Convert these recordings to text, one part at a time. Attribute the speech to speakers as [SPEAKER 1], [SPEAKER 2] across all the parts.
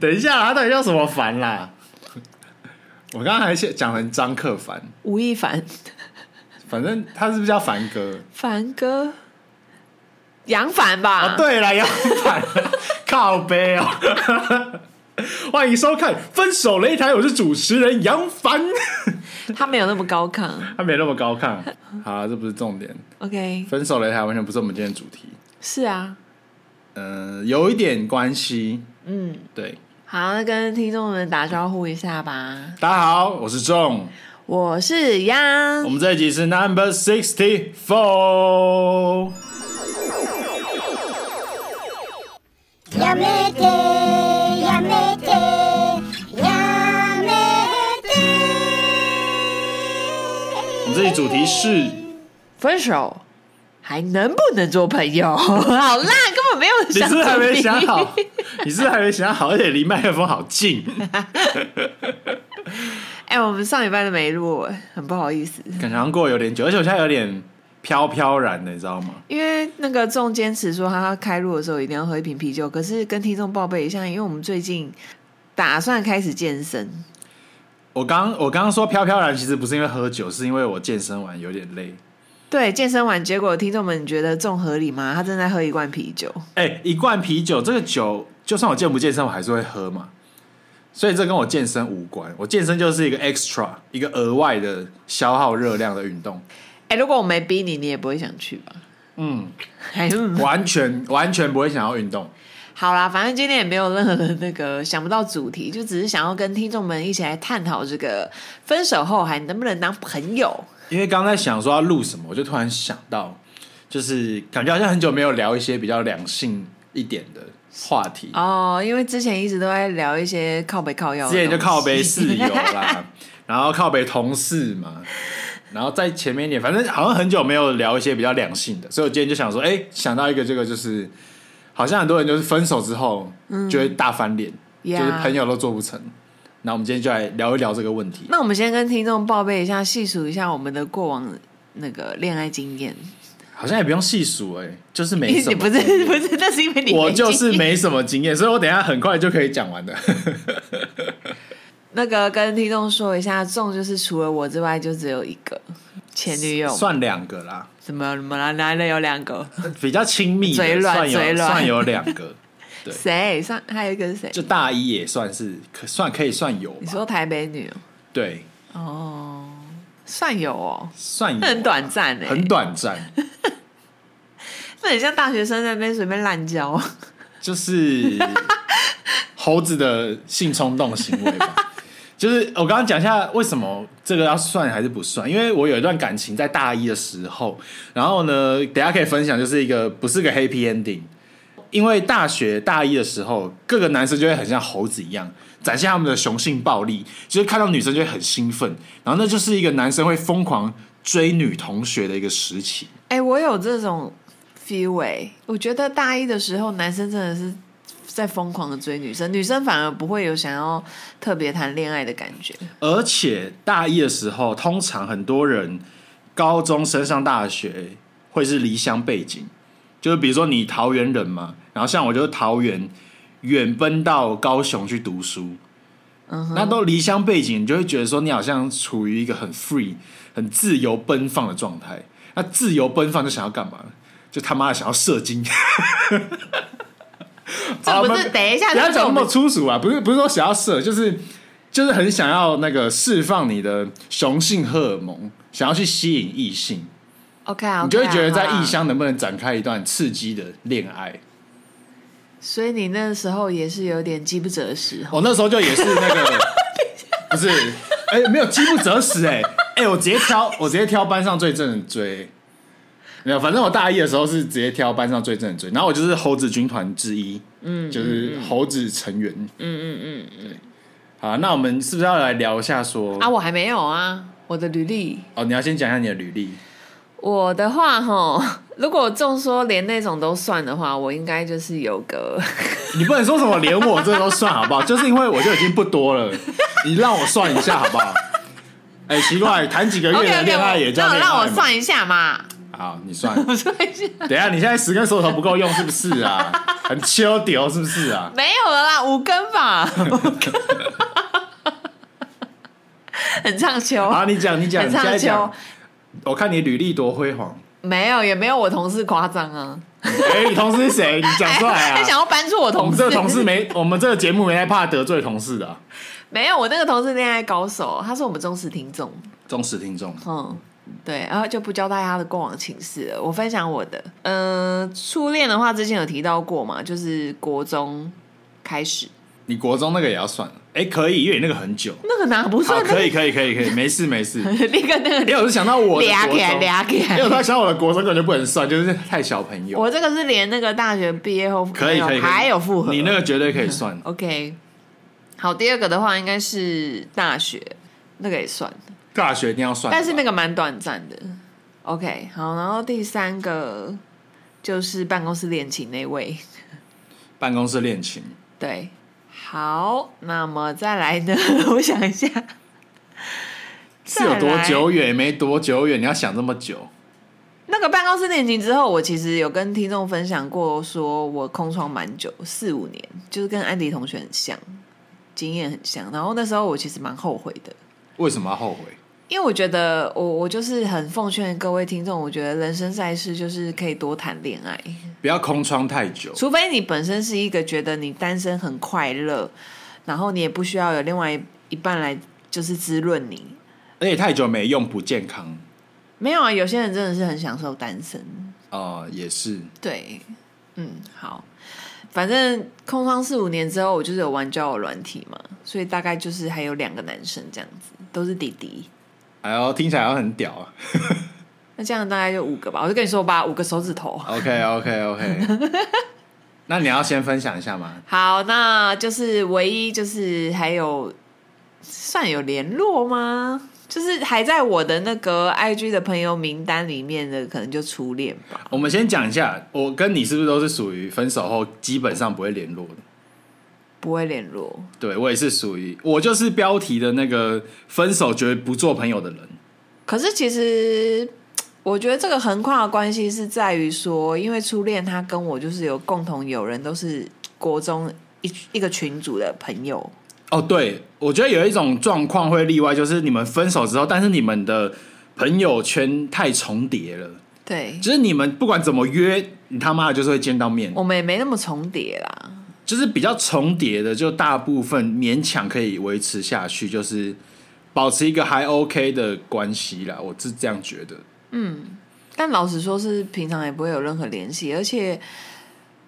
[SPEAKER 1] 等一下，他啊到底叫什么凡啦？我刚刚还先讲成张克凡，
[SPEAKER 2] 吴亦凡、
[SPEAKER 1] 反正他是不是叫凡哥？
[SPEAKER 2] 凡哥、杨凡吧？
[SPEAKER 1] 啊，对了，杨凡，靠背哦。 欢迎收看《分手擂台》，我是主持人杨凡。
[SPEAKER 2] 他没有那么高亢。
[SPEAKER 1] 他没那么高亢，好啦，这不是重点。
[SPEAKER 2] OK，
[SPEAKER 1] 分手擂台完全不是我们今天的主题，
[SPEAKER 2] 是啊，
[SPEAKER 1] 嗯、有一点关系。
[SPEAKER 2] 嗯，
[SPEAKER 1] 对，
[SPEAKER 2] 好，那跟听众们打招呼一下吧。
[SPEAKER 1] 大家好，我是仲，
[SPEAKER 2] 我是
[SPEAKER 1] 我
[SPEAKER 2] 央，
[SPEAKER 1] 们这一集是 Number Sixty Four。
[SPEAKER 3] やめてやめてやめて
[SPEAKER 1] 我们这一主题是
[SPEAKER 2] 分手还能不能做朋 友？好啦，根本没有
[SPEAKER 1] 你是
[SPEAKER 2] 想，
[SPEAKER 1] 不是还没想好 你是不是还没想好，而且离麦克风好近，
[SPEAKER 2] 哎、我们上礼拜都没录，很不好意思，
[SPEAKER 1] 感觉好像过得有点久，而且我现在有点飘飘然的，你知道吗？
[SPEAKER 2] 因为那个仲坚持说他开录的时候一定要喝一瓶啤酒，可是跟听众报备一下，因为我们最近打算开始健身，
[SPEAKER 1] 我刚我刚刚说飘飘然，其实不是因为喝酒，是因为我健身完有点累。
[SPEAKER 2] 对，健身完结果听众们你觉得仲合理吗？他正在喝一罐啤酒，
[SPEAKER 1] 哎、一罐啤酒，这个酒就算我健不健身，我还是会喝嘛。所以这跟我健身无关，我健身就是一个 extra，一个额外的消耗热量的运动。
[SPEAKER 2] 哎、如果我没逼你，你也不会想去吧？
[SPEAKER 1] 嗯，
[SPEAKER 2] 还嗯
[SPEAKER 1] 完全完全不会想要运动。
[SPEAKER 2] 好啦，反正今天也没有任何的那个想不到主题，就只是想要跟听众们一起来探讨这个分手后还能不能当朋友。
[SPEAKER 1] 因为刚才想说要录什么，我就突然想到，就是感觉好像很久没有聊一些比较良性一点的话题。
[SPEAKER 2] 哦，因为之前一直都在聊一些靠北靠药，
[SPEAKER 1] 之前就靠北室友 啦，然后靠北同事嘛，然后再前面一点，反正好像很久没有聊一些比较两性的，所以我今天就想说，哎、想到一个这个就是，好像很多人就是分手之后就会大翻脸，
[SPEAKER 2] Yeah
[SPEAKER 1] 就是朋友都做不成。那我们今天就来聊一聊这个问题。
[SPEAKER 2] 那我们先跟听众报备一下，细数一下我们的过往那个恋爱经验。
[SPEAKER 1] 好像也不用细数，哎，就是没什
[SPEAKER 2] 你
[SPEAKER 1] 么。
[SPEAKER 2] 不是不是，那是因为你
[SPEAKER 1] 我
[SPEAKER 2] 没经
[SPEAKER 1] 就是
[SPEAKER 2] 验
[SPEAKER 1] 没什么经验，所以我等一下很快就可以讲 完的。
[SPEAKER 2] 那个跟听众说一下，中就是除了我之外就只有一个前女友，
[SPEAKER 1] 算两个啦，
[SPEAKER 2] 怎么怎么了？哪里有两个？
[SPEAKER 1] 比较亲密的，
[SPEAKER 2] 嘴软
[SPEAKER 1] 算
[SPEAKER 2] 嘴
[SPEAKER 1] 有
[SPEAKER 2] 软
[SPEAKER 1] 算有两 个。对
[SPEAKER 2] 谁？上还有一个是谁？
[SPEAKER 1] 就大一也算是可算可以算有
[SPEAKER 2] 你
[SPEAKER 1] 吧，
[SPEAKER 2] 说台北女哦
[SPEAKER 1] 对，
[SPEAKER 2] 哦，算有哦，
[SPEAKER 1] 算有，
[SPEAKER 2] 那很短暂哎、
[SPEAKER 1] 很，短暂，
[SPEAKER 2] 那很像大学生在那边随便滥 交。
[SPEAKER 1] 就是猴子的性冲动行为吧。 就是我刚刚讲一下为什么这个要算还是不算，因为我有一段感情在大一的时候，然后呢，等一下可以分享，就是一个不是个 happy ending，因为大学大一的时候，各个男生就会很像猴子一样，展现他们的雄性暴力，就是看到女生就会很兴奋，然后那就是一个男生会疯狂追女同学的一个时期。
[SPEAKER 2] 哎、我有这种 feel 哎、我觉得大一的时候男生真的是在疯狂的追女生，女生反而不会有想要特别谈恋爱的感觉。
[SPEAKER 1] 而且大一的时候，通常很多人高中升上大学会是离乡背景，就是比如说你桃园人嘛，然后像我就是桃园，远奔到高雄去读书，
[SPEAKER 2] 嗯哼，
[SPEAKER 1] 那都离乡背景，你就会觉得说你好像处于一个很 free、很自由奔放的状态。那自由奔放就想要干嘛？就他妈的想要射 精。
[SPEAKER 2] 这
[SPEAKER 1] 好
[SPEAKER 2] 不
[SPEAKER 1] 我
[SPEAKER 2] 是
[SPEAKER 1] 们
[SPEAKER 2] 等一下
[SPEAKER 1] 不要
[SPEAKER 2] 这是
[SPEAKER 1] 讲
[SPEAKER 2] 我
[SPEAKER 1] 那么
[SPEAKER 2] 们
[SPEAKER 1] 粗俗啊！不是不是说想要射，就是就是很想要那个释放你的雄性荷尔蒙，想要去吸引异性，
[SPEAKER 2] OK 啊，
[SPEAKER 1] 你就会觉得在异
[SPEAKER 2] 异，
[SPEAKER 1] 乡能不能展开一段刺激的恋爱。
[SPEAKER 2] 所以你那时候也是有点饥不择食哦。
[SPEAKER 1] 我那时候就也是那 个，不是，哎、没有饥不择食、哎，哎，我直接挑，我直接挑班上最正的追。没有，反正我大一的时候是直接挑班上最正的追，然后我就是猴子军团之一，嗯，就是猴子成员，嗯嗯嗯对。好，那我们是不是要来聊一下说？
[SPEAKER 2] 啊，我还没有啊，我的履历。
[SPEAKER 1] 哦，你要先讲一下你的履历，
[SPEAKER 2] 我的话，哈，如果众说连那种都算的话，我应该就是有个
[SPEAKER 1] 你不能说什么连我这都算好 不好？就是因为我就已经不多了，你让我算一下好 不好？哎、奇怪，谈几个
[SPEAKER 2] OK
[SPEAKER 1] 月的
[SPEAKER 2] OK，
[SPEAKER 1] 恋爱也叫
[SPEAKER 2] 那我
[SPEAKER 1] 恋爱
[SPEAKER 2] 让我
[SPEAKER 1] 吗
[SPEAKER 2] 算一下嘛，
[SPEAKER 1] 好，你算。
[SPEAKER 2] 我算一下。
[SPEAKER 1] 等一下，你现在十根手指头不够用是不是啊？很秋屌是不是啊？
[SPEAKER 2] 没有了啦，五根 吧，五根，很唱秋，
[SPEAKER 1] 好，你讲，你讲，
[SPEAKER 2] 很
[SPEAKER 1] 你现在
[SPEAKER 2] 唱秋
[SPEAKER 1] 讲，，我看你履历多辉 煌。
[SPEAKER 2] 没有，也没有我同事夸张啊。
[SPEAKER 1] 哎，你同事是谁？你讲出来
[SPEAKER 2] 还
[SPEAKER 1] 啊！
[SPEAKER 2] 哎想要搬出我
[SPEAKER 1] 我
[SPEAKER 2] 同
[SPEAKER 1] 们
[SPEAKER 2] 事？
[SPEAKER 1] 这个同事没，我们这个节目没在怕得罪同事的啊，
[SPEAKER 2] 没有，我那个同事恋爱高手，他是我们忠实听众。
[SPEAKER 1] 忠实听众。
[SPEAKER 2] 嗯，对，然后就不交代他的过往情事了。我分享我的，嗯、初恋的话之前有提到过嘛，就是国中开始，
[SPEAKER 1] 你国中那个也要算？哎，可以，因为你那个很久。
[SPEAKER 2] 那个哪不
[SPEAKER 1] 好，
[SPEAKER 2] 算？
[SPEAKER 1] 可以，可以，可以，可以，没事，没事。
[SPEAKER 2] 那个， 那个那
[SPEAKER 1] 因
[SPEAKER 2] 个
[SPEAKER 1] 为我是想到我的
[SPEAKER 2] 俩
[SPEAKER 1] 国
[SPEAKER 2] 给啊
[SPEAKER 1] 中，
[SPEAKER 2] 俩给，
[SPEAKER 1] 因为我突然想到我的国中根本就不能算，就是太小朋友。
[SPEAKER 2] 我这个是连那个大学毕业后
[SPEAKER 1] 可以，可以，可以
[SPEAKER 2] 还有复合，
[SPEAKER 1] 你那个绝对可以 算。
[SPEAKER 2] OK。好，第二个的话应该是大学，那个也算。
[SPEAKER 1] 大学一定要算，
[SPEAKER 2] 但是那
[SPEAKER 1] 个
[SPEAKER 2] 个蛮短暂的。OK，好，然后第三个就是办公室恋情那位，
[SPEAKER 1] 办公室恋情，
[SPEAKER 2] 对，好，那么再来呢？ 我想一下，
[SPEAKER 1] 是有
[SPEAKER 2] 再
[SPEAKER 1] 多
[SPEAKER 2] 来
[SPEAKER 1] 久远？没多久远，你要想这么久。
[SPEAKER 2] 那个办公室恋情之后，我其实有跟听众分享过，说我空窗蛮久，四五年，就是跟安迪同学很像，经验很像。然后那时候我其实蛮后悔的，
[SPEAKER 1] 为什么要后悔？
[SPEAKER 2] 因为我觉得我我就是很奉劝各位听众，我觉得人生在世就是可以多谈恋爱，
[SPEAKER 1] 不要空窗太久。
[SPEAKER 2] 除非你本身是一个觉得你单身很快乐，然后你也不需要有另外一半来就是滋润你。
[SPEAKER 1] 而且太久没用不健康
[SPEAKER 2] 没有啊，有些人真的是很享受单身。
[SPEAKER 1] 啊、呃也是
[SPEAKER 2] 对，嗯，好，反正空窗四五年之后，我就是有玩交友软体嘛，所以大概就是还有两个男生这样子，都是弟弟。
[SPEAKER 1] 哎呦，听起来好像很屌啊。
[SPEAKER 2] 那这样大概就五个吧，我就跟你说吧，五个手指头。
[SPEAKER 1] OK OK OK，那你要先分享一下吗？
[SPEAKER 2] 好，那就是唯一就是还有算有联络吗？就是还在我的那个 IG 的朋友名单里面的，可能就初恋吧。
[SPEAKER 1] 我们先讲一下，我跟你是不是都是属于分手后基本上不会联络的？
[SPEAKER 2] 不会联络，
[SPEAKER 1] 对我也是属于，我就是标题的那个分手绝不做朋友的人。
[SPEAKER 2] 可是其实我觉得这个横跨的关系是在于说，因为初恋他跟我就是有共同友人，都是国中一一个群组的朋友。
[SPEAKER 1] 哦，对，我觉得有一种状况会例外，就是你们分手之后，但是你们的朋友圈太重叠了，
[SPEAKER 2] 对，
[SPEAKER 1] 就是你们不管怎么约，你他妈的就是会见到面。
[SPEAKER 2] 我们也没那么重叠啦。
[SPEAKER 1] 就是比较重叠的，就大部分勉强可以维持下去，就是保持一个还 OK 的关系啦。我是这样觉得。
[SPEAKER 2] 但老实说，是平常也不会有任何联系，而且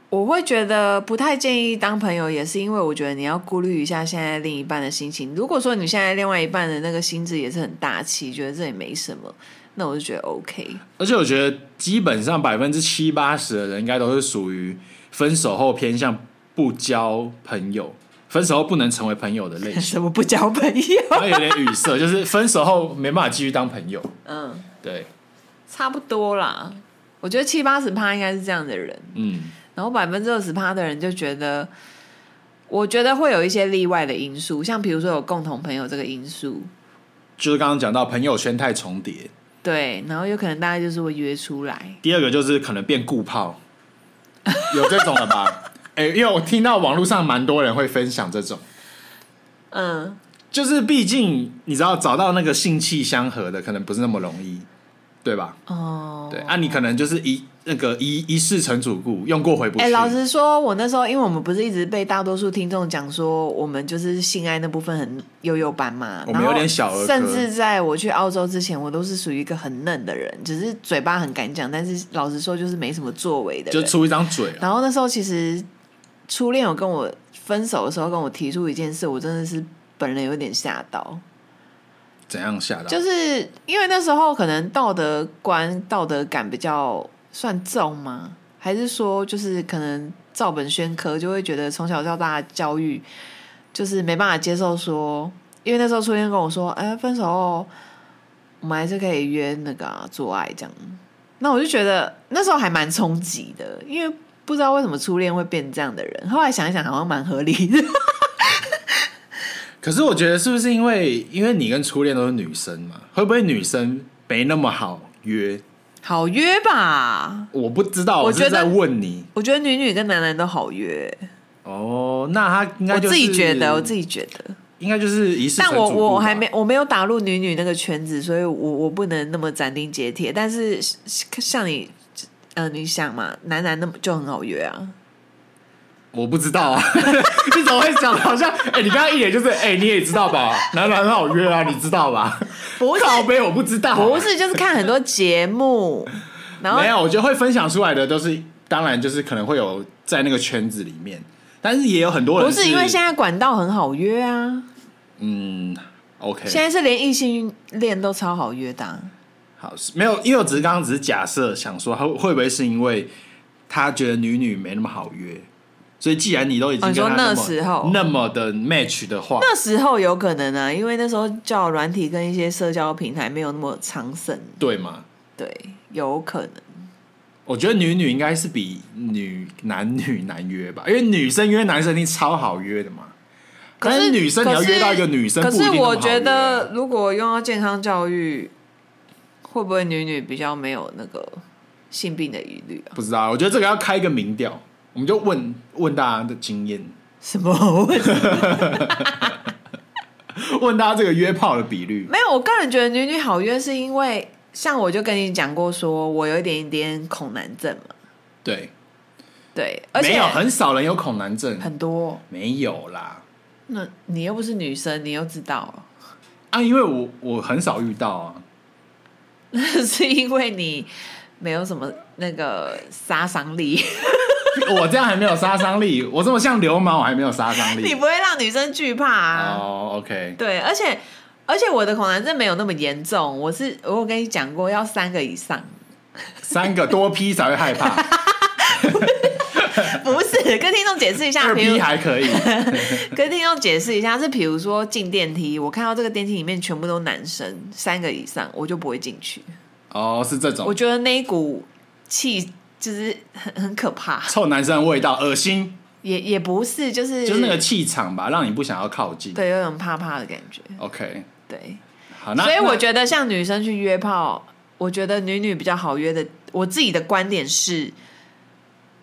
[SPEAKER 2] 我会觉得不太建议当朋友，也是因为我觉得你要顾虑一下现在另一半的心情。如果说你现在另外一半的那个心智也是很大气，觉得这也没什么，那我就觉得 OK。
[SPEAKER 1] 而且我觉得基本上百分之七八十的人应该都是属于分手后偏向不交朋友，分手后不能成为朋友的 类型。
[SPEAKER 2] 什么不交朋友？
[SPEAKER 1] 然后有点语塞，就是分手后没办法继续当朋友。
[SPEAKER 2] 嗯，
[SPEAKER 1] 对，
[SPEAKER 2] 差不多啦。我觉得七八十趴应该是这样的人，
[SPEAKER 1] 嗯，
[SPEAKER 2] 然后百分之二十趴的人就觉得，我觉得会有一些例外的因素，像比如说有共同朋友这个因素，
[SPEAKER 1] 就是刚刚讲到朋友圈太重叠。
[SPEAKER 2] 对，然后有可能大家就是会约出来，
[SPEAKER 1] 第二个就是可能变固炮，有这种了吧？哎、因为我听到网络上蛮多人会分享这种，
[SPEAKER 2] 嗯，
[SPEAKER 1] 就是毕竟你知道找到那个性气相合的，可能不是那么容易，对吧？
[SPEAKER 2] 哦，
[SPEAKER 1] 对啊，你可能就是一那个一一世成主顾，用过回不去。
[SPEAKER 2] 哎、老实说，我那时候因为我们不是一直被大多数听众讲说我们就是性爱那部分很幼幼班嘛，
[SPEAKER 1] 我们
[SPEAKER 2] 然后
[SPEAKER 1] 有点小儿科
[SPEAKER 2] 甚至在我去澳洲之前，我都是属于一个很嫩的人，只是嘴巴很敢讲，但是老实说就是没什么作为的
[SPEAKER 1] 就
[SPEAKER 2] 人。
[SPEAKER 1] 出一张嘴啊，
[SPEAKER 2] 然后那时候其实初恋有跟我分手的时候跟我提出一件事，我真的是本人有点吓到，
[SPEAKER 1] 怎样吓到？
[SPEAKER 2] 就是因为那时候可能道德观、道德感比较算重吗？还是说就是可能照本宣科，就会觉得从小到大的教育就是没办法接受说，因为那时候初恋跟我说，哎，分手后我们还是可以约那个、啊、做爱这样。那我就觉得那时候还蛮冲击的，因为不知道为什么初恋会变这样的人。后来想一想，好像蛮合理的。
[SPEAKER 1] 可是我觉得是不是因为因为你跟初恋都是女生嘛，会不会女生没那么好约？
[SPEAKER 2] 好约吧？
[SPEAKER 1] 我不知道，
[SPEAKER 2] 我
[SPEAKER 1] 我
[SPEAKER 2] 觉得
[SPEAKER 1] 是在问你
[SPEAKER 2] 我觉得女女跟男男都好约，
[SPEAKER 1] 哦。那他应该
[SPEAKER 2] 我
[SPEAKER 1] 就是
[SPEAKER 2] 自己觉得，我自己觉得。
[SPEAKER 1] 应该就是一世成
[SPEAKER 2] 但
[SPEAKER 1] 主顾
[SPEAKER 2] 我
[SPEAKER 1] 吧，
[SPEAKER 2] 我还没我没有打入女女那个圈子，所以我我不能那么斩钉截铁。但是像像你，呃，你想嘛，男男那么就很好约啊。
[SPEAKER 1] 我不知道啊， 你怎么会讲？好像哎、你刚刚一脸就是哎、你也知道吧？男男很好约啊，你知道吧？
[SPEAKER 2] 不是
[SPEAKER 1] 靠背，我不知道、
[SPEAKER 2] 不是，就是看很多 节目，然后
[SPEAKER 1] 哦没有，我觉得会分享出来的都是，当然就是可能会有在那个圈子里面，但是也有很多人
[SPEAKER 2] 不是因为现
[SPEAKER 1] 在
[SPEAKER 2] 在管道很好约啊，
[SPEAKER 1] 嗯，OK，
[SPEAKER 2] 现在是连异性恋都超好约的啊、
[SPEAKER 1] 好是没有，因为我只是刚刚只是假设想说，他会不会是因为他觉得女女没那么好约，所以既然你都已
[SPEAKER 2] 哦
[SPEAKER 1] 经
[SPEAKER 2] 你
[SPEAKER 1] 跟
[SPEAKER 2] 说
[SPEAKER 1] 他
[SPEAKER 2] 那
[SPEAKER 1] 那么
[SPEAKER 2] 时候
[SPEAKER 1] 那么的 match 的话，
[SPEAKER 2] 那时候有可能啊，因为那时候叫软体跟一些社交平台没有那么昌盛，
[SPEAKER 1] 对吗？
[SPEAKER 2] 对，有可能。
[SPEAKER 1] 我觉得女女应该是比女男女难约吧，因为女生约男生一定超好约的嘛。
[SPEAKER 2] 可
[SPEAKER 1] 但
[SPEAKER 2] 是
[SPEAKER 1] 是女生你要
[SPEAKER 2] 可是
[SPEAKER 1] 约到一个女生
[SPEAKER 2] 可
[SPEAKER 1] 不一定
[SPEAKER 2] 是
[SPEAKER 1] 那么好
[SPEAKER 2] 我
[SPEAKER 1] 约啊
[SPEAKER 2] 觉得，如果用到健康教育，会不会女女比较没有那个性病的疑虑啊？
[SPEAKER 1] 不知道，我觉得这个要开一个民调，我们就问问大家的经验，
[SPEAKER 2] 什么问题？
[SPEAKER 1] 问大家这个约炮的比率。
[SPEAKER 2] 没有，我个人觉得女女好约是因为，像我就跟你讲过说，我有一点点恐男症嘛，
[SPEAKER 1] 对，
[SPEAKER 2] 对，而且
[SPEAKER 1] 没有很少人有恐男症，
[SPEAKER 2] 很多。
[SPEAKER 1] 没有啦
[SPEAKER 2] 那你又不是女生，你又知道，
[SPEAKER 1] 啊，因为我我很少遇到啊。
[SPEAKER 2] 那是因为你没有什么那个杀伤力，
[SPEAKER 1] 我这样还没有杀伤力，我这么像流氓，我还没有杀伤力。
[SPEAKER 2] 你不会让女生惧怕啊。
[SPEAKER 1] 哦，OK，
[SPEAKER 2] 对，而且而且我的恐男症没有那么严重，我是我有跟你讲过，要三个以上，
[SPEAKER 1] 三个多 P 才会害怕，
[SPEAKER 2] 不是跟听众解释一下，
[SPEAKER 1] 二
[SPEAKER 2] 比如
[SPEAKER 1] P 还可以。
[SPEAKER 2] 跟听众解释一下，是比如说进电梯，我看到这个电梯里面全部都男生，三个以上我就不会进去，
[SPEAKER 1] 哦，是这种。
[SPEAKER 2] 我觉得那一股气就是很很可怕，
[SPEAKER 1] 臭男生的味道，恶心，
[SPEAKER 2] 也也不是，就是
[SPEAKER 1] 就是那个气场吧，让你不想要靠近。
[SPEAKER 2] 对有种怕怕的感觉，
[SPEAKER 1] ，OK，
[SPEAKER 2] 对，
[SPEAKER 1] 好，那
[SPEAKER 2] 所以我
[SPEAKER 1] 得
[SPEAKER 2] 觉得像女生去约炮，我觉得女女比较好约的。我自己的观点是，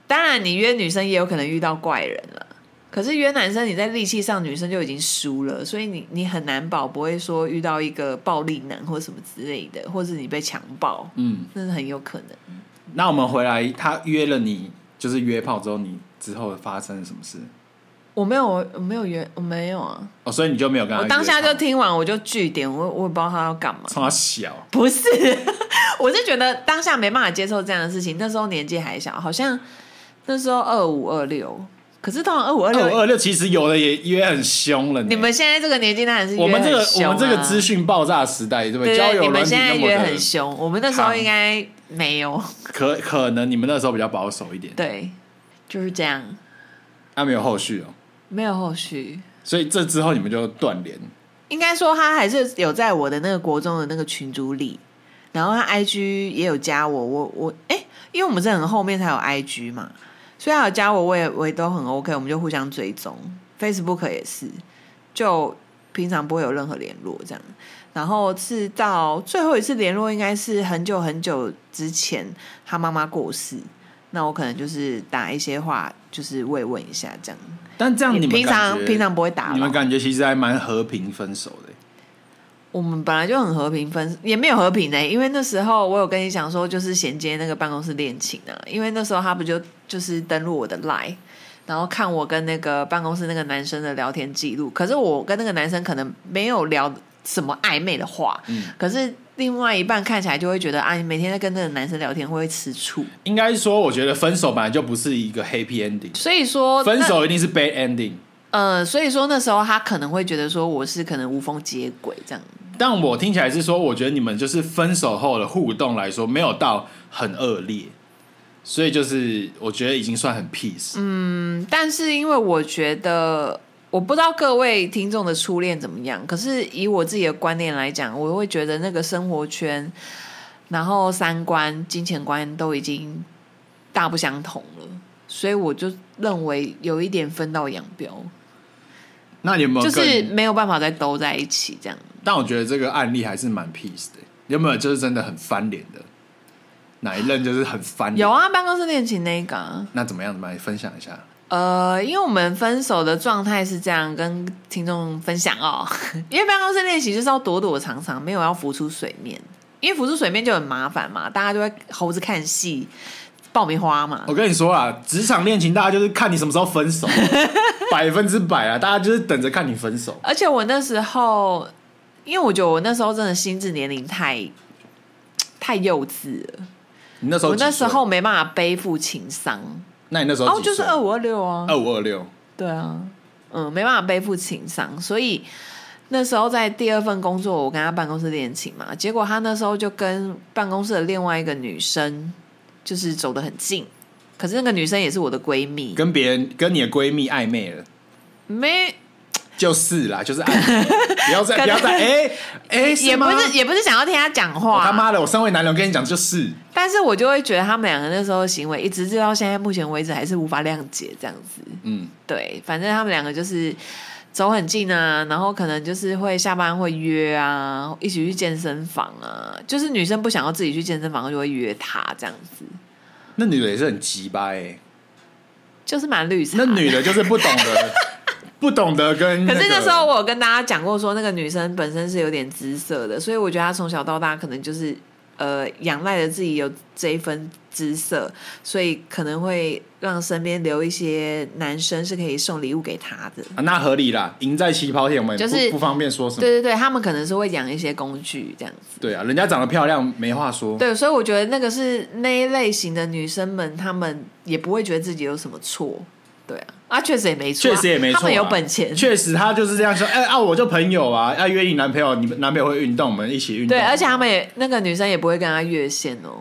[SPEAKER 2] 当然你约女生也有可能遇到怪人了，可是约男生你在力气上女生就已经输了，所以你你很难保不会说遇到一个暴力男或什么之类的，或是你被强暴，
[SPEAKER 1] 嗯，
[SPEAKER 2] 那是很有可能。
[SPEAKER 1] 那我们回来，他约了你，就是约炮之后，你之后发生了什么事？
[SPEAKER 2] 我没有，我没有约，我没有啊！
[SPEAKER 1] 哦，所以你就没有跟他
[SPEAKER 2] 我
[SPEAKER 1] 约炮，哦
[SPEAKER 2] 当下就听完我就据点，我我也不知道他要干嘛。
[SPEAKER 1] 冲他小，
[SPEAKER 2] 不是， 我是觉得当下没办法接受这样的事情。那时候年纪还小，好像那时候二五二六，可是通常二五二
[SPEAKER 1] 二五
[SPEAKER 2] 六，
[SPEAKER 1] 二六其实有的也约很凶了呢。
[SPEAKER 2] 你们现在这个年纪当然是约
[SPEAKER 1] 我们这个
[SPEAKER 2] 很凶
[SPEAKER 1] 我
[SPEAKER 2] 啊
[SPEAKER 1] 们这个资讯爆炸时代，对不
[SPEAKER 2] 对
[SPEAKER 1] 交
[SPEAKER 2] 对，
[SPEAKER 1] 友
[SPEAKER 2] 你们
[SPEAKER 1] 软体
[SPEAKER 2] 现在
[SPEAKER 1] 那么
[SPEAKER 2] 约
[SPEAKER 1] 的
[SPEAKER 2] 很凶，我们那时候
[SPEAKER 1] 行
[SPEAKER 2] 应该没有。
[SPEAKER 1] 可可能你们那时候比较保守一点，
[SPEAKER 2] 对，就是这样，
[SPEAKER 1] 那没有后续哦，
[SPEAKER 2] 没有后续。
[SPEAKER 1] 所以这之后你们就断联。
[SPEAKER 2] 应该说他还是有在我的那个国中的那个群组里，然后他 IG 也有加我，我我哎、因为我们是很后面才有 IG 嘛，所以他有加我，我也我也都很 OK，我们就互相追踪，Facebook 也是，就平常不会有任何联络这样。然后是到最后一次联络，应该是很久很久之前，他妈妈过世，那我可能就是打一些话，就是慰问一下这样。
[SPEAKER 1] 但这样你们
[SPEAKER 2] 平常
[SPEAKER 1] 感觉
[SPEAKER 2] 平常不会打扰
[SPEAKER 1] 你们感觉其实还蛮和平分手的。
[SPEAKER 2] 我们本来就很和平分，也没有和平呢、因为那时候我有跟你讲说，就是衔接那个办公室恋情啊，因为那时候他不就就是登录我的 line，然后看我跟那个办公室那个男生的聊天记录，可是我跟那个男生可能没有聊什么暧昧的话，
[SPEAKER 1] 嗯
[SPEAKER 2] 可是另外一半看起来就会觉得啊，你每天在跟那个男生聊天会不会吃醋，
[SPEAKER 1] 应该说，我觉得分手本来就不是一个 happy ending，
[SPEAKER 2] 所以说
[SPEAKER 1] 分
[SPEAKER 2] 哦那
[SPEAKER 1] 手一定是 bad ending。
[SPEAKER 2] 呃，所以说那时候他可能会觉得说我是可能无缝接轨这样，
[SPEAKER 1] 但我听起来是说，我觉得你们就是分手后的互动来说，没有到很恶劣，所以就是我觉得已经算很 peace。嗯，
[SPEAKER 2] 但是因为我觉得，我不知道各位听众的初恋怎么样，可是以我自己的观念来讲，我会觉得那个生活圈，然后三观、金钱观都已经大不相同了，所以我就认为有一点分道扬镳，
[SPEAKER 1] 那你有没有
[SPEAKER 2] 就
[SPEAKER 1] 更？
[SPEAKER 2] 是没有办法再兜在一起这样。
[SPEAKER 1] 但我觉得这个案例还是蛮 peace 的。有没有就是真的很翻脸的？哪一任就是很烦你？
[SPEAKER 2] 有啊，办公室恋情那一个啊。
[SPEAKER 1] 那怎么样？怎么样？分享一下。
[SPEAKER 2] 呃，因为我们分手的状态是这样，跟听众分享哦。 因为办公室练习就是要躲躲藏藏，没有要浮出水面，因为浮出水面就很麻烦嘛，大家就会猴子看戏、爆米花嘛。
[SPEAKER 1] 我跟你说啊，职场恋情大家就是看你什么时候分 手，百分之百啊，大家就是等着看你分手。
[SPEAKER 2] 而且我那时候，因为我觉得我那时候真的心智年龄太太幼稚了，
[SPEAKER 1] 你那时候
[SPEAKER 2] 我
[SPEAKER 1] 几岁
[SPEAKER 2] 那时候，没办法背负情伤。
[SPEAKER 1] 那你那时候
[SPEAKER 2] 哦，
[SPEAKER 1] 几
[SPEAKER 2] 就是
[SPEAKER 1] 岁
[SPEAKER 2] 二五二六啊，
[SPEAKER 1] 二五二六，
[SPEAKER 2] 对啊，嗯，没办法背负情伤，所以那时候在第二份工作，我跟他办公室恋情嘛，结果他那时候就跟办公室的另外一个女生就是走得很近，可是那个女生也是我的闺蜜，
[SPEAKER 1] 跟别人跟你的闺蜜暧昧了，
[SPEAKER 2] 没
[SPEAKER 1] 就是啦，就是暧昧， 不要再
[SPEAKER 2] 可能
[SPEAKER 1] 不要再，哎哎，
[SPEAKER 2] 也不
[SPEAKER 1] 吗
[SPEAKER 2] 是啊也不是想要听他讲
[SPEAKER 1] 我
[SPEAKER 2] 话，
[SPEAKER 1] 他妈的，我身为男人，我跟你讲就是，
[SPEAKER 2] 但是我就会觉得他们两个那时候的行为，一直直到现在目前为止还是无法谅解这样子。
[SPEAKER 1] 嗯，
[SPEAKER 2] 对，反正他们两个就是走很近啊，然后可能就是会下班会约啊，一起去健身房啊，就是女生不想要自己去健身房，就会约他这样子，
[SPEAKER 1] 那女的也是很急吧哎，
[SPEAKER 2] 就是蛮绿茶
[SPEAKER 1] 那
[SPEAKER 2] 的。
[SPEAKER 1] 女的就是不懂得不懂得跟，
[SPEAKER 2] 可是那时候我有跟大家讲过说那个女生本身是有点姿色的，所以我觉得她从小到大可能就是呃仰赖着自己有这一份姿色，所以可能会让身边留一些男生是可以送礼物给她的。
[SPEAKER 1] 啊那合理啦，赢在起跑点，我们也
[SPEAKER 2] 就是
[SPEAKER 1] 不不方便说什么
[SPEAKER 2] 对，对对，他们可能是会养一些工具这样子。
[SPEAKER 1] 对啊，人家长得漂亮没话说，
[SPEAKER 2] 对，所以我觉得那个是那一类型的女生们，她们也不会觉得自己有什么错。对啊，啊，确实也没错啊，
[SPEAKER 1] 确实也没错啊，
[SPEAKER 2] 他们有本钱，
[SPEAKER 1] 确实他就是这样说，哎啊，我就朋友啊，要约你男朋友，你男朋友会运动，我们一起运动，
[SPEAKER 2] 对，而且他们也那个女生也不会跟他越线哦，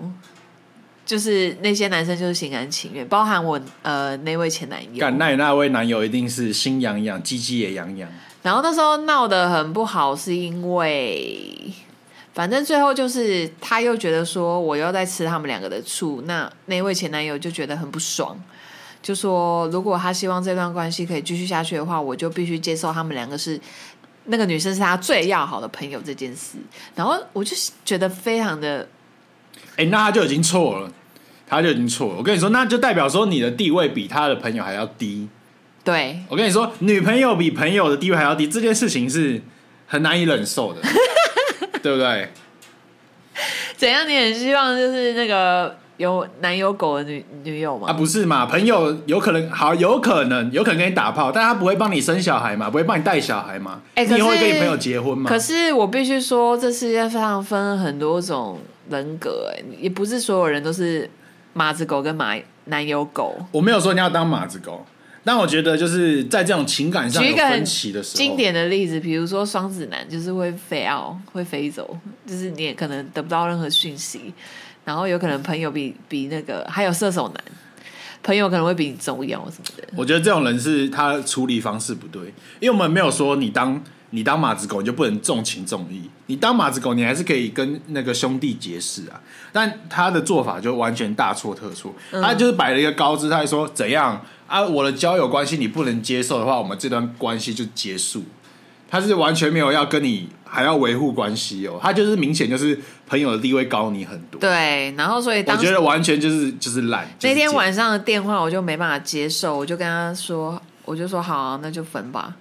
[SPEAKER 2] 就是那些男生就是心甘情愿，包含我呃那位前男友。
[SPEAKER 1] 干那你那位男友一定是心痒痒，鸡鸡也痒痒，
[SPEAKER 2] 然后那时候闹得很不好，是因为反正最后就是他又觉得说我又在吃他们两个的醋，那那位前男友就觉得很不爽。就说，如果他希望这段关系可以继续下去的话，我就必须接受他们两个是那个女生是他最要好的朋友这件事。然后我就觉得非常的
[SPEAKER 1] 哎，那他就已经错了，他就已经错了。我跟你说，那就代表说你的地位比他的朋友还要低。
[SPEAKER 2] 对，
[SPEAKER 1] 我跟你说，女朋友比朋友的地位还要低，这件事情是很难以忍受 的，对不对？
[SPEAKER 2] 怎样？你很希望就是那个有男友狗的女女友吗？
[SPEAKER 1] 啊，不是嘛？朋友有可能好，有可能有可能跟你打炮，但他不会帮你生小孩嘛，不会帮你带小孩嘛。
[SPEAKER 2] 哎可
[SPEAKER 1] 你也
[SPEAKER 2] 是
[SPEAKER 1] 会跟你朋友结婚嘛？
[SPEAKER 2] 可是我必须说，这世界上分很多种人格、哎，也不是所有人都是马子狗跟马男友狗。
[SPEAKER 1] 我没有说你要当马子狗，但我觉得就是在这种情感上
[SPEAKER 2] 举一
[SPEAKER 1] 有
[SPEAKER 2] 个很
[SPEAKER 1] 分歧的时候，
[SPEAKER 2] 经典的例子，比如说双子男，就是会飞傲，会飞走，就是你也可能得不到任何讯息，然后有可能朋友比比那个，还有射手男，朋友可能会比你重要什么的。
[SPEAKER 1] 我觉得这种人是他处理方式不对，因为我们没有说你当你当马子狗你就不能重情重义，你当马子狗你还是可以跟那个兄弟结识啊，但他的做法就完全大错特错，
[SPEAKER 2] 嗯
[SPEAKER 1] 他就是摆了一个高姿态说怎样啊，我的交友关系你不能接受的话，我们这段关系就结束。他是完全没有要跟你还要维护关系哦，他就是明显就是朋友的地位高你很多，
[SPEAKER 2] 对，然后所以
[SPEAKER 1] 我
[SPEAKER 2] 当时
[SPEAKER 1] 觉得完全就是就是懒。就是
[SPEAKER 2] 那天
[SPEAKER 1] 贱
[SPEAKER 2] 晚上的电话我就没办法接受，我就跟他说，我就说好啊、那就分吧，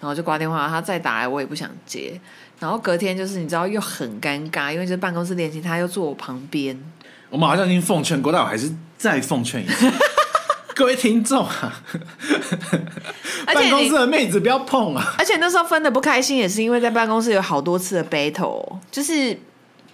[SPEAKER 2] 然后就挂电话，他再打来我也不想接，然后隔天就是你知道又很尴尬，因为就是办公室恋情，他又坐我旁边，
[SPEAKER 1] 我们好像已经奉劝过，但我还是再奉劝一 次，各位听众啊，
[SPEAKER 2] 而且
[SPEAKER 1] 办公
[SPEAKER 2] 你
[SPEAKER 1] 室的妹子不要碰啊！
[SPEAKER 2] 而且那时候分的不开心，也是因为在办公室有好多次的 battle，就是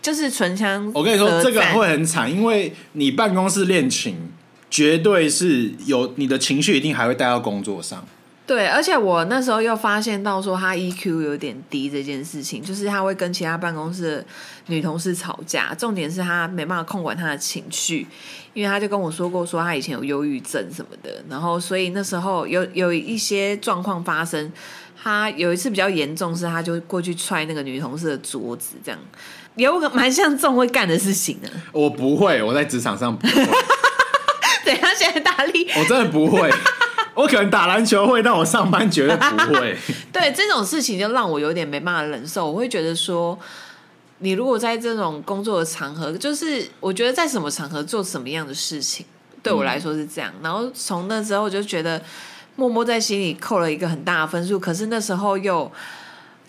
[SPEAKER 2] 就是唇枪，
[SPEAKER 1] 我跟你说，这个会。很惨，因为你办公室恋情，绝对是有你的情绪一定还会带到工作上。
[SPEAKER 2] 对，而且我那时候又发现到说他 EQ 有点低这件事情，就是他会跟其他办公室的女同事吵架，重点是他没办法控管他的情绪，因为他就跟我说过说他以前有忧郁症什么的，然后所以那时候有有一些状况发生，他有一次比较严重是他就过去踹那个女同事的桌子，这样有个蛮像这种会干的事情的、
[SPEAKER 1] 我不会，我在职场上不会，
[SPEAKER 2] 对他现在大力
[SPEAKER 1] 我真的不 会。我可能打篮球会，但我上班 绝对不会。
[SPEAKER 2] 对这种事情就让我有点没办法忍受，我会觉得说，你如果在这种工作的场合，就是我觉得在什么场合做什么样的事情，对我来说是这样。然后从那之后，我就觉得默默在心里扣了一个很大的分数，可是那时候又